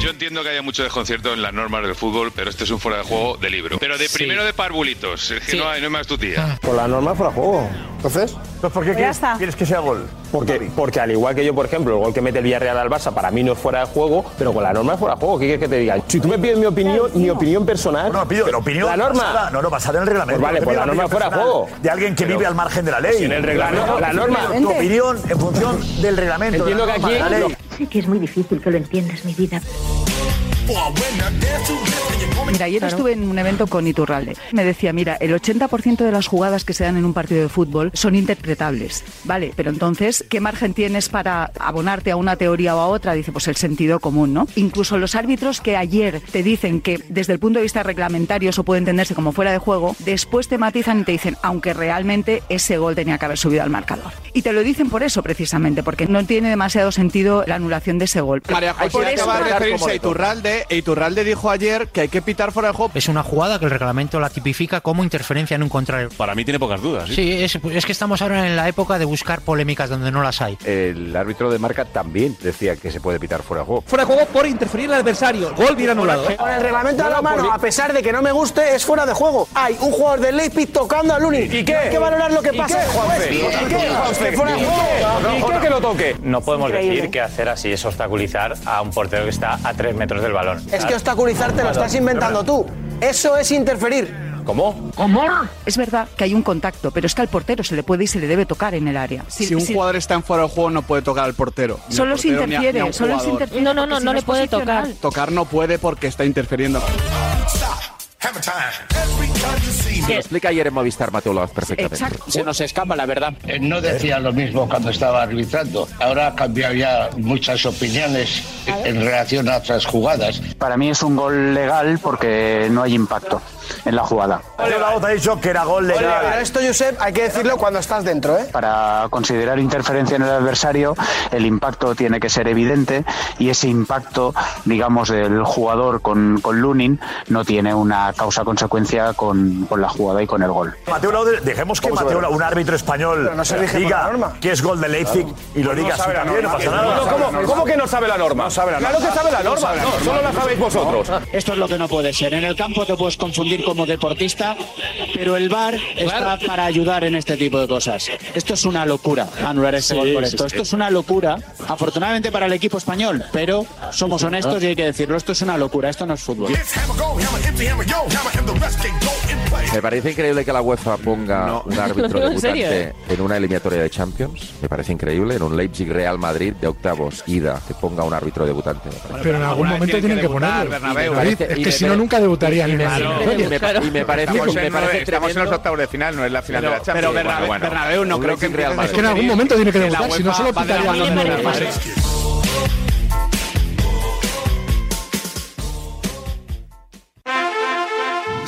Speaker 9: Yo entiendo que haya mucho desconcierto en las normas del fútbol, pero este es un fuera de juego de libro. Pero de
Speaker 5: Sí.
Speaker 9: primero de parvulitos, es que no, hay, no hay más tu tía.
Speaker 5: Con la norma fuera juego. Entonces, Pues, ¿por qué
Speaker 16: quieres,
Speaker 5: que sea gol?
Speaker 24: Porque, porque al igual que yo, por ejemplo, el gol que mete el Villarreal al Barça para mí no es fuera de juego, pero con la norma es fuera de juego. ¿Qué quieres que te diga? Si tú me pides mi opinión, mi opinión personal. No,
Speaker 19: pido la opinión
Speaker 24: La norma.
Speaker 19: basada- no, no, basada en el reglamento.
Speaker 24: Pues vale,
Speaker 19: Yo
Speaker 24: pues
Speaker 19: pido
Speaker 24: la norma
Speaker 19: opinión
Speaker 24: fuera de
Speaker 19: personal
Speaker 24: juego.
Speaker 19: De alguien que
Speaker 24: Pero-
Speaker 19: vive al margen de la ley.
Speaker 24: Si en el reglamento- la norma-
Speaker 19: Tu opinión en función del reglamento.
Speaker 24: Entiendo
Speaker 19: de la
Speaker 24: que
Speaker 19: norma,
Speaker 24: aquí-
Speaker 19: de la ley.
Speaker 16: Sé que es muy difícil que lo entiendas, mi vida. Mira, ayer estuve en un evento con Iturralde. Me decía, mira, el 80% de las jugadas que se dan en un partido de fútbol son interpretables. Vale, pero entonces, ¿qué margen tienes para abonarte a una teoría o a otra? Dice, pues el sentido común, ¿no? Incluso los árbitros que ayer te dicen que desde el punto de vista reglamentario eso puede entenderse como fuera de juego, después te matizan y te dicen, aunque realmente ese gol tenía que haber subido al marcador. Y te lo dicen por eso, precisamente, porque no tiene demasiado sentido la anulación de ese gol.
Speaker 5: María
Speaker 16: Hay por
Speaker 5: José
Speaker 16: eso-
Speaker 5: acaba de referirse a Iturralde e Iturralde dijo ayer que hay que pitar fuera de juego.
Speaker 13: Es una jugada que el reglamento la tipifica como interferencia en un contrario.
Speaker 9: Para mí tiene pocas dudas. ¿eh?
Speaker 13: Sí, es, es que estamos ahora en la época de buscar polémicas donde no las hay.
Speaker 9: El árbitro de marca también decía que se puede pitar fuera de juego.
Speaker 39: Fuera de juego por interferir al adversario. Gol bien anulado. ¿eh?
Speaker 24: Con el reglamento a la mano, a pesar de que no me guste, es fuera de juego. Hay un jugador del Leipzig tocando a Lunin. ¿Y
Speaker 5: qué?
Speaker 24: Hay que valorar lo que
Speaker 5: ¿Y
Speaker 24: pasa
Speaker 5: qué,
Speaker 24: después.
Speaker 5: Juanfe?
Speaker 24: ¿Y qué, Juanfe?
Speaker 5: ¿Y
Speaker 24: ¿Fuera de
Speaker 5: qué?
Speaker 24: juego?
Speaker 5: No,
Speaker 24: ¿Y qué que lo toque?
Speaker 3: No podemos
Speaker 24: Increíble.
Speaker 3: decir que hacer así es obstaculizar a un portero que está a tres metros del balón.
Speaker 24: Es que obstaculizar te lo estás inventando tú. Eso es interferir.
Speaker 3: ¿Cómo?
Speaker 16: Es verdad que hay un contacto, pero es que al portero se le puede y se le debe tocar en el área. Si-
Speaker 5: Si un
Speaker 16: si-
Speaker 5: jugador está en fuera de juego, no puede tocar al portero. Ni al
Speaker 16: Solo se
Speaker 5: portero, ni a- ni a
Speaker 16: interfiere,
Speaker 5: un
Speaker 16: solo se
Speaker 5: jugador.
Speaker 16: interfiere.
Speaker 29: No, no, no,
Speaker 16: porque si
Speaker 29: no le
Speaker 16: es
Speaker 29: puede tocar.
Speaker 16: posicional.
Speaker 5: Tocar no puede porque está interfiriendo.
Speaker 29: Me
Speaker 3: Lo explica ayer en Movistar Mateo Laoz perfectamente.
Speaker 16: Exacto.
Speaker 3: Se nos escapa la verdad. No decía lo mismo cuando estaba arbitrando. Ahora ha cambiado ya muchas opiniones en relación a otras jugadas.
Speaker 5: Para mí es un gol legal porque no hay impacto en la jugada.
Speaker 19: Yo te he dicho que era gol legal.
Speaker 5: Legal.
Speaker 24: Pero esto, Josep, hay que decirlo cuando estás dentro, ¿eh?
Speaker 5: Para considerar interferencia en el adversario, el impacto tiene que ser evidente y ese impacto, digamos, del jugador con, con Lunin no tiene una causa-consecuencia con, con la jugada y con el gol.
Speaker 19: Mateo Laudel, dejemos que Mateo Laudel, un árbitro español,
Speaker 5: Pero no se rige por la
Speaker 19: diga
Speaker 5: norma. Pues
Speaker 19: que es gol de Leipzig y lo
Speaker 5: No
Speaker 19: diga así
Speaker 5: sabe la
Speaker 19: también, no
Speaker 5: norma.
Speaker 19: pasa nada.
Speaker 5: No, ¿cómo- cómo que no sabe la norma? No sabe la
Speaker 24: Claro
Speaker 5: norma.
Speaker 24: que sabe la
Speaker 5: No
Speaker 24: norma,
Speaker 5: sabe la
Speaker 24: no,
Speaker 5: norma.
Speaker 24: solo la sabéis vosotros.
Speaker 5: Esto es lo que no puede ser. En el campo te puedes confundir como deportista, pero el VAR está para ayudar en este tipo de cosas. Esto es una locura, anular este
Speaker 16: Sí,
Speaker 5: gol por
Speaker 16: sí,
Speaker 5: esto.
Speaker 16: sí.
Speaker 5: Esto es una locura, afortunadamente para el equipo español, pero somos honestos y hay que decirlo, esto es una locura, esto no es fútbol.
Speaker 3: Me parece increíble que la UEFA ponga
Speaker 29: <laughs>
Speaker 3: un
Speaker 29: Lo
Speaker 3: árbitro
Speaker 29: digo en
Speaker 3: debutante
Speaker 29: serio, ¿eh?
Speaker 3: en una eliminatoria de Champions. Me parece increíble. En un Leipzig Real Madrid de octavos ida que ponga un árbitro debutante. me parece.
Speaker 40: Pero en algún momento tienen que ponerlo.
Speaker 3: Bernabéu.
Speaker 40: David,
Speaker 3: Parece-
Speaker 40: es
Speaker 3: y
Speaker 40: que
Speaker 3: me-
Speaker 40: si no, nunca debutaría en el
Speaker 3: Y me- y me- y me parece-
Speaker 40: Estamos
Speaker 3: me
Speaker 40: en-
Speaker 3: parece
Speaker 40: estamos en los
Speaker 3: tremendo.
Speaker 40: octavos de final, no es la final de la Champions.
Speaker 5: Pero
Speaker 40: Bueno,
Speaker 5: Bernabéu,
Speaker 40: bueno.
Speaker 5: Bernabéu no
Speaker 40: Un
Speaker 5: creo que
Speaker 40: Leipzig Real
Speaker 5: empieces a
Speaker 40: Madrid. Es que en algún
Speaker 5: interferir.
Speaker 40: momento tiene que
Speaker 5: En la
Speaker 40: debutar, si no,
Speaker 5: UEFA
Speaker 40: solo
Speaker 5: va de la
Speaker 40: pitaría
Speaker 5: mano
Speaker 40: el
Speaker 5: de
Speaker 40: Bernabéu.
Speaker 5: Bernabéu.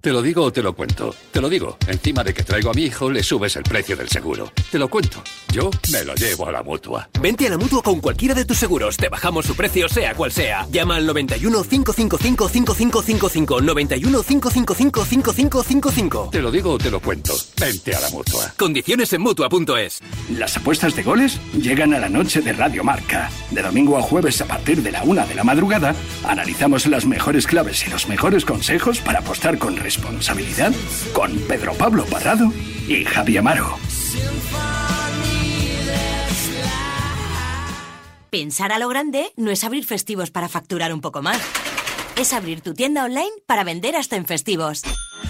Speaker 41: Te lo digo o te lo cuento. Te lo digo. Encima de que traigo a mi hijo, le subes el precio del seguro. Te lo cuento. Yo me lo llevo a la mutua.
Speaker 5: Vente a la mutua con cualquiera de tus seguros. Te bajamos su precio, sea cual sea. Llama al 91 555 5555. 91 555 5555.
Speaker 41: Te lo digo o te lo cuento. Vente a la mutua.
Speaker 5: Condiciones en mutua.es.
Speaker 42: Las apuestas de goles llegan a la noche de Radio Marca. De domingo a jueves a partir de la una de la madrugada, analizamos las mejores claves y los mejores consejos para apostar con responsabilidad con Pedro Pablo Parrado y Javi Amaro.
Speaker 19: Pensar a lo grande no es abrir festivos para facturar un poco más. Es abrir tu tienda online para vender hasta en festivos.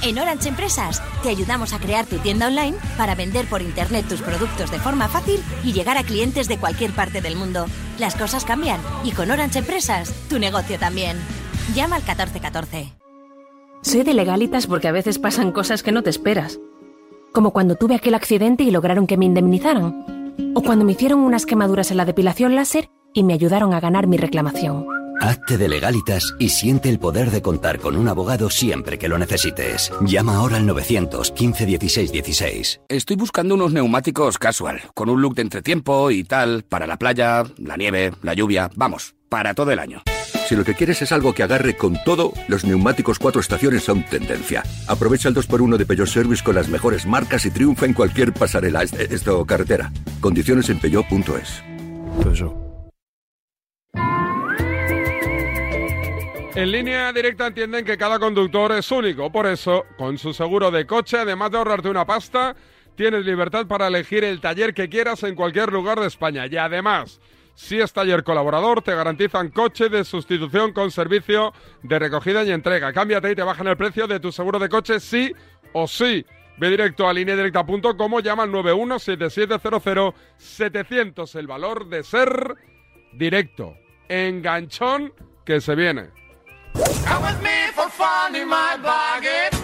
Speaker 19: En Orange Empresas te ayudamos a crear tu tienda online para vender por internet tus productos de forma fácil y llegar a clientes de cualquier parte del mundo. Las cosas cambian y con Orange Empresas tu negocio también. Llama al 1414.
Speaker 18: Soy de legalitas porque a veces pasan cosas que no te esperas. Como cuando tuve aquel accidente y lograron que me indemnizaran. O cuando me hicieron unas quemaduras en la depilación láser y me ayudaron a ganar mi reclamación.
Speaker 43: Hazte de legalitas y siente el poder de contar con un abogado siempre que lo necesites. Llama ahora al 915 16 16.
Speaker 44: Estoy buscando unos neumáticos casual, con un look de entretiempo y tal, para la playa, la nieve, la lluvia, vamos, para todo el año.
Speaker 45: Si lo que quieres es algo que agarre con todo, los neumáticos cuatro estaciones son tendencia. Aprovecha el 2x1 de Peugeot Service con las mejores marcas y triunfa en cualquier pasarela, es- esto carretera. Condiciones en peugeot.es.
Speaker 1: En línea directa entienden que cada conductor es único, por eso, con su seguro de coche, además de ahorrarte una pasta, tienes libertad para elegir el taller que quieras en cualquier lugar de España. Y además, si es taller colaborador, te garantizan coche de sustitución con servicio de recogida y entrega. Cámbiate y te bajan el precio de tu seguro de coche sí o sí. Ve directo a lineadirecta.com o llama al 917700700. El valor de ser directo. Enganchón que se viene.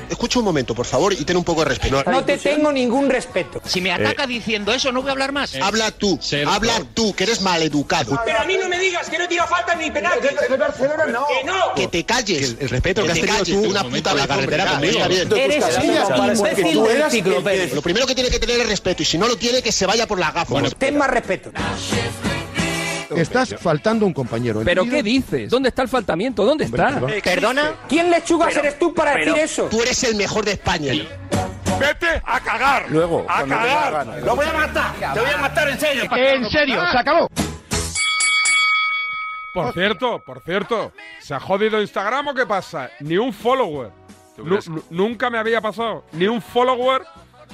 Speaker 18: Escucha un momento, por favor, y ten un poco de respeto.
Speaker 46: No te
Speaker 18: tengo ningún respeto.
Speaker 46: Si
Speaker 45: Eh.
Speaker 46: me ataca diciendo eso, no voy a hablar más.
Speaker 18: Habla tú, habla tú, que eres maleducado.
Speaker 46: a mí no me digas que no tira falta ni penal.
Speaker 18: Que no. Que te calles. El, respeto que que has te tenido calles, tú, una un puta momento, la carretera hombre, conmigo. ya. Eres Eres un imbécil del ciclo, el- Pérez. el- Lo primero que tiene que tener es respeto y si no lo tiene que se vaya por las gafas. ten más respeto.
Speaker 43: Estás faltando un compañero.
Speaker 45: ¿Pero qué dices? ¿Dónde está el faltamiento? ¿Dónde está?
Speaker 18: perdón. Eh, ¿Perdona? ¿Quién lechugas eres tú para decir eso? Tú eres el mejor de España.
Speaker 1: Vete a cagar.
Speaker 45: Luego,
Speaker 18: A
Speaker 45: cuando te dé la
Speaker 18: cagar.
Speaker 45: gana.
Speaker 18: Lo voy a matar. Te voy a matar en serio.
Speaker 1: En serio, se acabó. Por cierto, por cierto, ¿se ha jodido Instagram o qué pasa? Ni un follower. Nu- nu- nunca me había pasado. Ni un follower,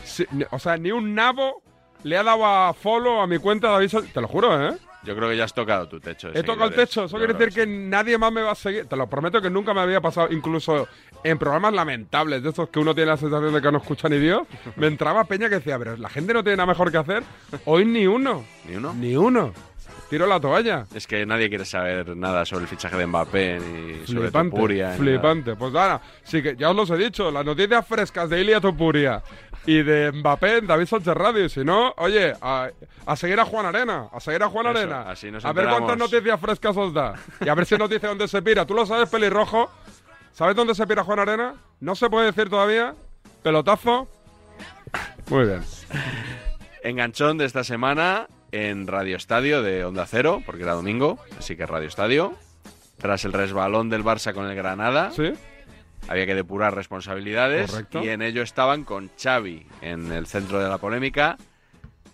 Speaker 1: si- ni- o sea, ni un nabo le ha dado a follow a mi cuenta de aviso. Te lo juro, ¿eh?
Speaker 6: Yo creo que ya has tocado tu techo. de
Speaker 1: He tocado el
Speaker 6: seguidores.
Speaker 1: techo. Eso
Speaker 6: Yo
Speaker 1: quiere
Speaker 6: creo
Speaker 1: decir que nadie más me va a seguir. Te lo prometo que nunca me había pasado. Incluso en programas lamentables, de esos que uno tiene la sensación de que no escucha ni Dios, me entraba peña que decía, pero la gente no tiene nada mejor que hacer. Hoy ni uno.
Speaker 6: ¿Ni uno?
Speaker 1: Ni uno. Tiro la toalla.
Speaker 6: Es que nadie quiere saber nada sobre el fichaje de Mbappé ni sobre
Speaker 1: Flipante,
Speaker 6: Topuria. ni
Speaker 1: flipante. Pues ahora, sí que ya os los he dicho, las noticias frescas de Ilia Topuria y de Mbappé en David Sánchez Radio. Y si no, oye, a, a seguir a Juan Arena, a seguir a Juan
Speaker 6: Eso,
Speaker 1: Arena.
Speaker 6: así nos
Speaker 1: a ver cuántas
Speaker 6: enteramos.
Speaker 1: noticias frescas os da. Y a ver si nos dice dónde se pira. Tú lo sabes, pelirrojo. ¿Sabes dónde se pira Juan Arena? No se puede decir todavía. Pelotazo. Muy bien.
Speaker 6: Enganchón de esta semana en Radio Estadio de Onda Cero, porque era domingo, así que Radio Estadio. Tras el resbalón del Barça con el Granada, había que depurar responsabilidades
Speaker 1: Correcto.
Speaker 6: y en ello estaban con Xavi en el centro de la polémica,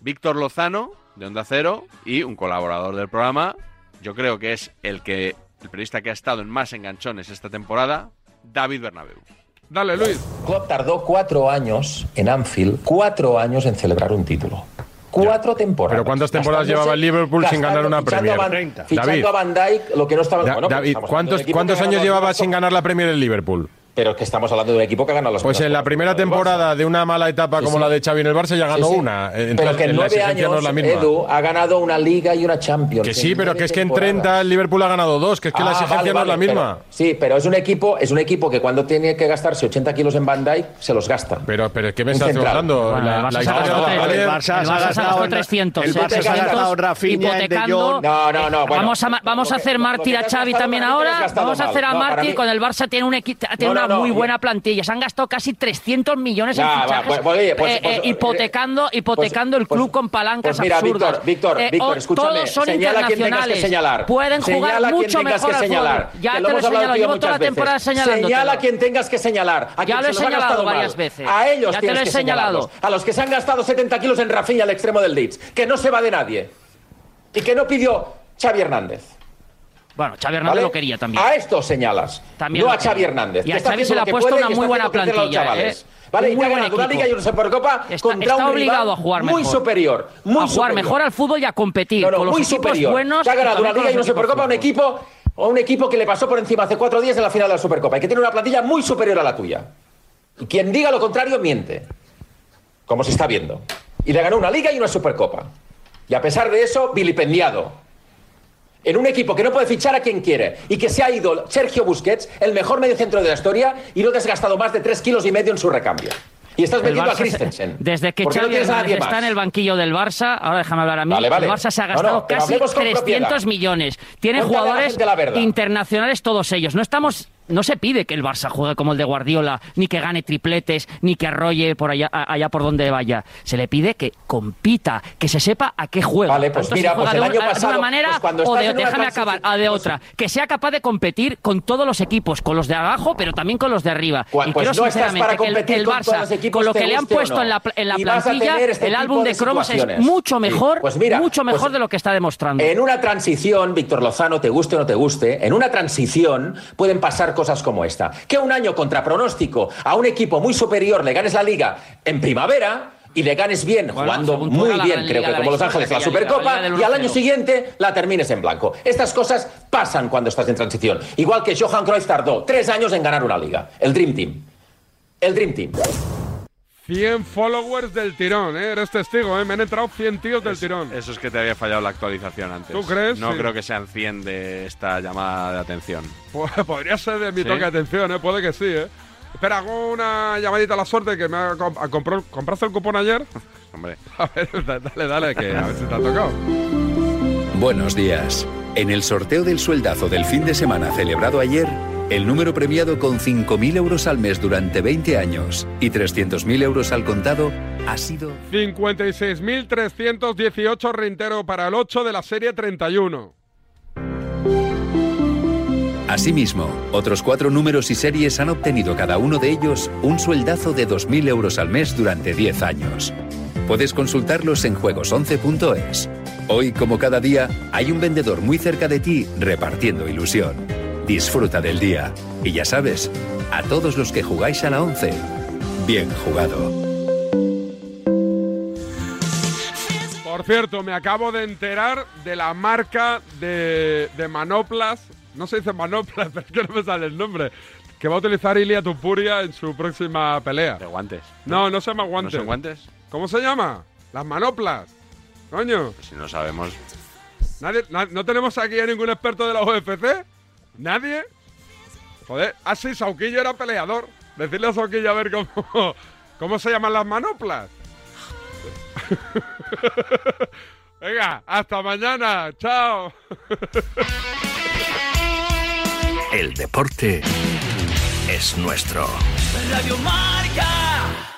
Speaker 6: Víctor Lozano de Onda Cero y un colaborador del programa, yo creo que es el que el periodista que ha estado en más enganchones esta temporada, David Bernabeu.
Speaker 1: Dale, Luis.
Speaker 5: Klopp tardó cuatro años en Anfield, cuatro años en celebrar un título. Cuatro temporadas.
Speaker 3: Pero ¿cuántas temporadas
Speaker 5: Gastándose-
Speaker 3: llevaba el Liverpool sin ganar una
Speaker 5: gastando- fichando
Speaker 3: Premier?
Speaker 5: a Van-
Speaker 3: 30.
Speaker 5: Fichando
Speaker 3: David.
Speaker 5: a Van Dijk, lo que no estaba.
Speaker 3: Da-
Speaker 5: bueno, pues estamos hablando de
Speaker 3: David,
Speaker 5: un
Speaker 3: ¿cuántos,
Speaker 5: equipo que
Speaker 3: ¿cuántos
Speaker 5: ha
Speaker 3: años
Speaker 5: ganado
Speaker 3: llevaba
Speaker 5: las-
Speaker 3: sin ganar la Premier el Liverpool?
Speaker 5: Pero es que estamos hablando de un equipo que ha ganado las
Speaker 3: Pues
Speaker 5: otras
Speaker 3: en la
Speaker 5: cuatro.
Speaker 3: primera temporada de una mala etapa
Speaker 5: Sí,
Speaker 3: como
Speaker 5: sí.
Speaker 3: la de Xavi en el Barça ya ganó
Speaker 5: Sí, sí.
Speaker 3: una. Entonces,
Speaker 5: pero que en
Speaker 3: la
Speaker 5: nueve
Speaker 3: exigencia
Speaker 5: años,
Speaker 3: no es la misma.
Speaker 5: Edu ha ganado una Liga y una Champions.
Speaker 3: que sí, pero
Speaker 5: nueve
Speaker 3: que es que en
Speaker 5: temporadas.
Speaker 3: 30 el Liverpool ha ganado dos, que es que la
Speaker 5: Ah,
Speaker 3: exigencia
Speaker 5: vale,
Speaker 3: no es la
Speaker 5: vale,
Speaker 3: misma.
Speaker 5: pero- sí, pero es un equipo, es un equipo que cuando tiene que gastarse 80 kilos en Van Dijk, se los gasta.
Speaker 3: Pero, pero es que me
Speaker 5: Un
Speaker 3: estás
Speaker 5: central.
Speaker 3: preguntando.
Speaker 5: Bueno,
Speaker 3: la,
Speaker 5: el Barça
Speaker 3: la
Speaker 5: se gastó
Speaker 3: historia de la
Speaker 5: tres,
Speaker 3: Premier-
Speaker 5: el Barça-
Speaker 4: El Barça se ha gastado 300.
Speaker 5: el Barça se ha gastado Rafinha, De
Speaker 4: hipotecando.
Speaker 5: Jong. No, no, no, bueno.
Speaker 4: vamos a, ma- vamos a hacer mártir a Xavi
Speaker 5: Rafinha, te
Speaker 4: también
Speaker 5: lo
Speaker 4: ahora.
Speaker 5: has gastado
Speaker 4: Vamos a
Speaker 5: mal.
Speaker 4: hacer a
Speaker 5: No, para
Speaker 4: mártir.
Speaker 5: mí-
Speaker 4: Con el Barça tiene, un equi- tiene
Speaker 5: No, no,
Speaker 4: una
Speaker 5: no,
Speaker 4: muy
Speaker 5: yo-
Speaker 4: buena plantilla. Se han gastado casi 300 millones en
Speaker 5: Nah, va,
Speaker 4: fichajes.
Speaker 5: pues- pues, oye, pues-
Speaker 4: eh,
Speaker 5: pues-
Speaker 4: eh, hipotecando hipotecando el club con palancas
Speaker 5: pues mira,
Speaker 4: absurdas.
Speaker 5: Víctor, Víctor,
Speaker 4: Eh,
Speaker 5: Víctor,
Speaker 4: o-
Speaker 5: escúchame,
Speaker 4: Todos son
Speaker 5: señala a quien tengas que
Speaker 4: internacionales.
Speaker 5: señalar.
Speaker 4: Pueden jugar
Speaker 5: Señala a quien
Speaker 4: mucho
Speaker 5: tengas
Speaker 4: mejor
Speaker 5: que
Speaker 4: al
Speaker 5: señalar,
Speaker 4: fútbol.
Speaker 5: que
Speaker 4: Ya
Speaker 5: lo
Speaker 4: te lo he
Speaker 5: hemos hablado
Speaker 4: señalado.
Speaker 5: tú y yo
Speaker 4: Llevo toda la
Speaker 5: muchas veces.
Speaker 4: temporada señalando.
Speaker 5: Señala a quien tengas que señalar. A
Speaker 4: Ya
Speaker 5: quien
Speaker 4: lo
Speaker 5: se
Speaker 4: he
Speaker 5: los ha
Speaker 4: señalado
Speaker 5: gastado mal.
Speaker 4: varias veces.
Speaker 5: A ellos
Speaker 4: Ya te
Speaker 5: tienes
Speaker 4: lo he
Speaker 5: que
Speaker 4: señalado.
Speaker 5: señalarlos. A los que se han gastado 70 kilos en Rafinha, al extremo del Leeds, que no se va de nadie. Y que no pidió Xavi Hernández.
Speaker 4: Bueno, Xavi Hernández
Speaker 5: ¿Vale?
Speaker 4: lo quería también.
Speaker 5: A estos señalas.
Speaker 4: También
Speaker 5: no
Speaker 4: lo
Speaker 5: a Xavi
Speaker 4: quería.
Speaker 5: Hernández.
Speaker 4: Y
Speaker 5: que
Speaker 4: a
Speaker 5: está
Speaker 4: Xavi se
Speaker 5: haciendo
Speaker 4: le ha
Speaker 5: lo que
Speaker 4: puesto
Speaker 5: puede y
Speaker 4: una
Speaker 5: está
Speaker 4: muy buena
Speaker 5: haciendo crecer a los
Speaker 4: plantilla,
Speaker 5: chavales.
Speaker 4: ¿eh?
Speaker 5: Vale,
Speaker 4: Un
Speaker 5: y
Speaker 4: muy
Speaker 5: ya
Speaker 4: buen
Speaker 5: gana una
Speaker 4: equipo.
Speaker 5: liga y una supercopa
Speaker 4: Está,
Speaker 5: contra
Speaker 4: está
Speaker 5: un rival
Speaker 4: obligado a jugar
Speaker 5: muy
Speaker 4: mejor.
Speaker 5: superior, muy
Speaker 4: a jugar
Speaker 5: superior.
Speaker 4: mejor al fútbol y a competir
Speaker 5: No, no,
Speaker 4: con los
Speaker 5: muy
Speaker 4: equipos
Speaker 5: superior.
Speaker 4: buenos.
Speaker 5: Que ha ganado
Speaker 4: y
Speaker 5: una
Speaker 4: también con
Speaker 5: liga y una
Speaker 4: los equipos
Speaker 5: supercopa a un
Speaker 4: flojos.
Speaker 5: equipo, a un equipo que le pasó por encima hace cuatro días en la final de la supercopa y que tiene una plantilla muy superior a la tuya. Y quien diga lo contrario miente, como se está viendo. Y le ganó una liga y una supercopa. Y a pesar de eso, vilipendiado. En un equipo que no puede fichar a quien quiere y que se ha ido Sergio Busquets, el mejor mediocentro de la historia, y no te has gastado más de tres kilos y medio en su recambio. Y estás
Speaker 4: El
Speaker 5: metiendo a
Speaker 4: Barça se-
Speaker 5: Christensen.
Speaker 4: Desde que
Speaker 5: ¿Por qué no
Speaker 4: Xavi
Speaker 5: tienes a
Speaker 4: Hernández
Speaker 5: nadie
Speaker 4: está
Speaker 5: más?
Speaker 4: en el banquillo del Barça, ahora déjame hablar a mí,
Speaker 5: Vale, vale.
Speaker 4: el Barça se ha
Speaker 5: No,
Speaker 4: gastado
Speaker 5: no, pero
Speaker 4: casi
Speaker 5: hablemos con
Speaker 4: 300
Speaker 5: propiedad.
Speaker 4: millones.
Speaker 5: Cuéntale
Speaker 4: Tiene
Speaker 5: a la
Speaker 4: jugadores
Speaker 5: gente la verdad.
Speaker 4: internacionales todos ellos. No estamos no se pide que el Barça juegue como el de Guardiola, ni que gane tripletes, ni que arrolle por allá, a- allá por donde vaya. Se le pide que compita, que se sepa a qué juega.
Speaker 5: Vale, pues
Speaker 4: Tanto
Speaker 5: mira,
Speaker 4: si juega
Speaker 5: pues el
Speaker 4: de, un-
Speaker 5: año
Speaker 4: a- de
Speaker 5: pasado,
Speaker 4: una manera
Speaker 5: pues cuando
Speaker 4: o
Speaker 5: estás
Speaker 4: de,
Speaker 5: en una Pues
Speaker 4: déjame
Speaker 5: transición-
Speaker 4: acabar, a de otra. Que sea capaz de competir con todos los equipos, con los de abajo, pero también con los de arriba. y
Speaker 5: Pues
Speaker 4: creo
Speaker 5: no estás
Speaker 4: sinceramente
Speaker 5: para
Speaker 4: que el-
Speaker 5: competir
Speaker 4: el,
Speaker 5: con
Speaker 4: Barça,
Speaker 5: todos los equipos,
Speaker 4: con lo
Speaker 5: te
Speaker 4: que le han
Speaker 5: guste o
Speaker 4: puesto
Speaker 5: no.
Speaker 4: en la, pla- en la
Speaker 5: Y vas a
Speaker 4: plantilla,
Speaker 5: tener este
Speaker 4: el
Speaker 5: tipo
Speaker 4: álbum
Speaker 5: de
Speaker 4: de cromos es
Speaker 5: situaciones.
Speaker 4: mucho mejor,
Speaker 5: Sí, pues mira,
Speaker 4: mucho mejor
Speaker 5: pues-
Speaker 4: de lo que está demostrando.
Speaker 5: En una transición, Víctor Lozano, te guste o no te guste, en una transición pueden pasar cosas como esta. Que un año contra pronóstico a un equipo muy superior le ganes la liga en primavera y le ganes bien, jugando
Speaker 4: según
Speaker 5: muy
Speaker 4: fuera la
Speaker 5: bien,
Speaker 4: gran
Speaker 5: creo
Speaker 4: liga
Speaker 5: que
Speaker 4: de
Speaker 5: como
Speaker 4: la
Speaker 5: Los Ángeles, la
Speaker 4: historia, aquella liga,
Speaker 5: Supercopa,
Speaker 4: la liga del
Speaker 5: y al año
Speaker 4: 1-0.
Speaker 5: siguiente la termines en blanco. Estas cosas pasan cuando estás en transición. Igual que Johan Cruyff tardó tres años en ganar una liga. El Dream Team. El Dream Team.
Speaker 1: 100 followers del tirón, ¿eh? Eres testigo, ¿eh? Me han entrado 100 tíos del tirón.
Speaker 2: Eso es que te había fallado la actualización antes.
Speaker 1: ¿Tú crees?
Speaker 2: No
Speaker 1: Sí.
Speaker 2: creo que se enciende esta llamada de atención.
Speaker 1: Pues <laughs> Podría ser de mi
Speaker 2: ¿Sí?
Speaker 1: toque de atención, ¿eh? Puede que sí, ¿eh? Espera, hago una llamadita a la suerte que me ha comp- a compró- ¿Compraste el cupón ayer?
Speaker 2: Hombre.
Speaker 1: <laughs> A ver, da- dale, dale, que a ver si te ha tocado.
Speaker 9: Buenos días. En el sorteo del sueldazo del fin de semana celebrado ayer, el número premiado con 5.000 euros al mes durante 20 años y 300.000 euros al contado ha sido...
Speaker 1: 56.318 reintero para el 8 de la serie 31.
Speaker 9: Asimismo, otros cuatro números y series han obtenido cada uno de ellos un sueldazo de 2.000 euros al mes durante 10 años. Puedes consultarlos en juegos11.es. Hoy, como cada día, hay un vendedor muy cerca de ti repartiendo ilusión. Disfruta del día. Y ya sabes, a todos los que jugáis a la 11, bien jugado.
Speaker 1: Por cierto, me acabo de enterar de la marca de, de manoplas. No se dice manoplas, <laughs> pero es que no me sale el nombre. Que va a utilizar Ilia Tupuria en su próxima pelea. De
Speaker 2: guantes.
Speaker 1: No, no se llama guantes.
Speaker 2: ¿No son guantes?
Speaker 1: ¿Cómo se llama? Las manoplas. Coño.
Speaker 2: Si no sabemos.
Speaker 1: ¿Nadie- na- ¿No tenemos aquí a ningún experto de la UFC? ¿Nadie? Joder, ah, sí, Sauquillo era peleador. Decirle a Sauquillo a ver cómo, <laughs> cómo se llaman las manoplas. <laughs> Venga, hasta mañana. Chao. <laughs>
Speaker 47: El deporte es nuestro.
Speaker 8: Radio Marca.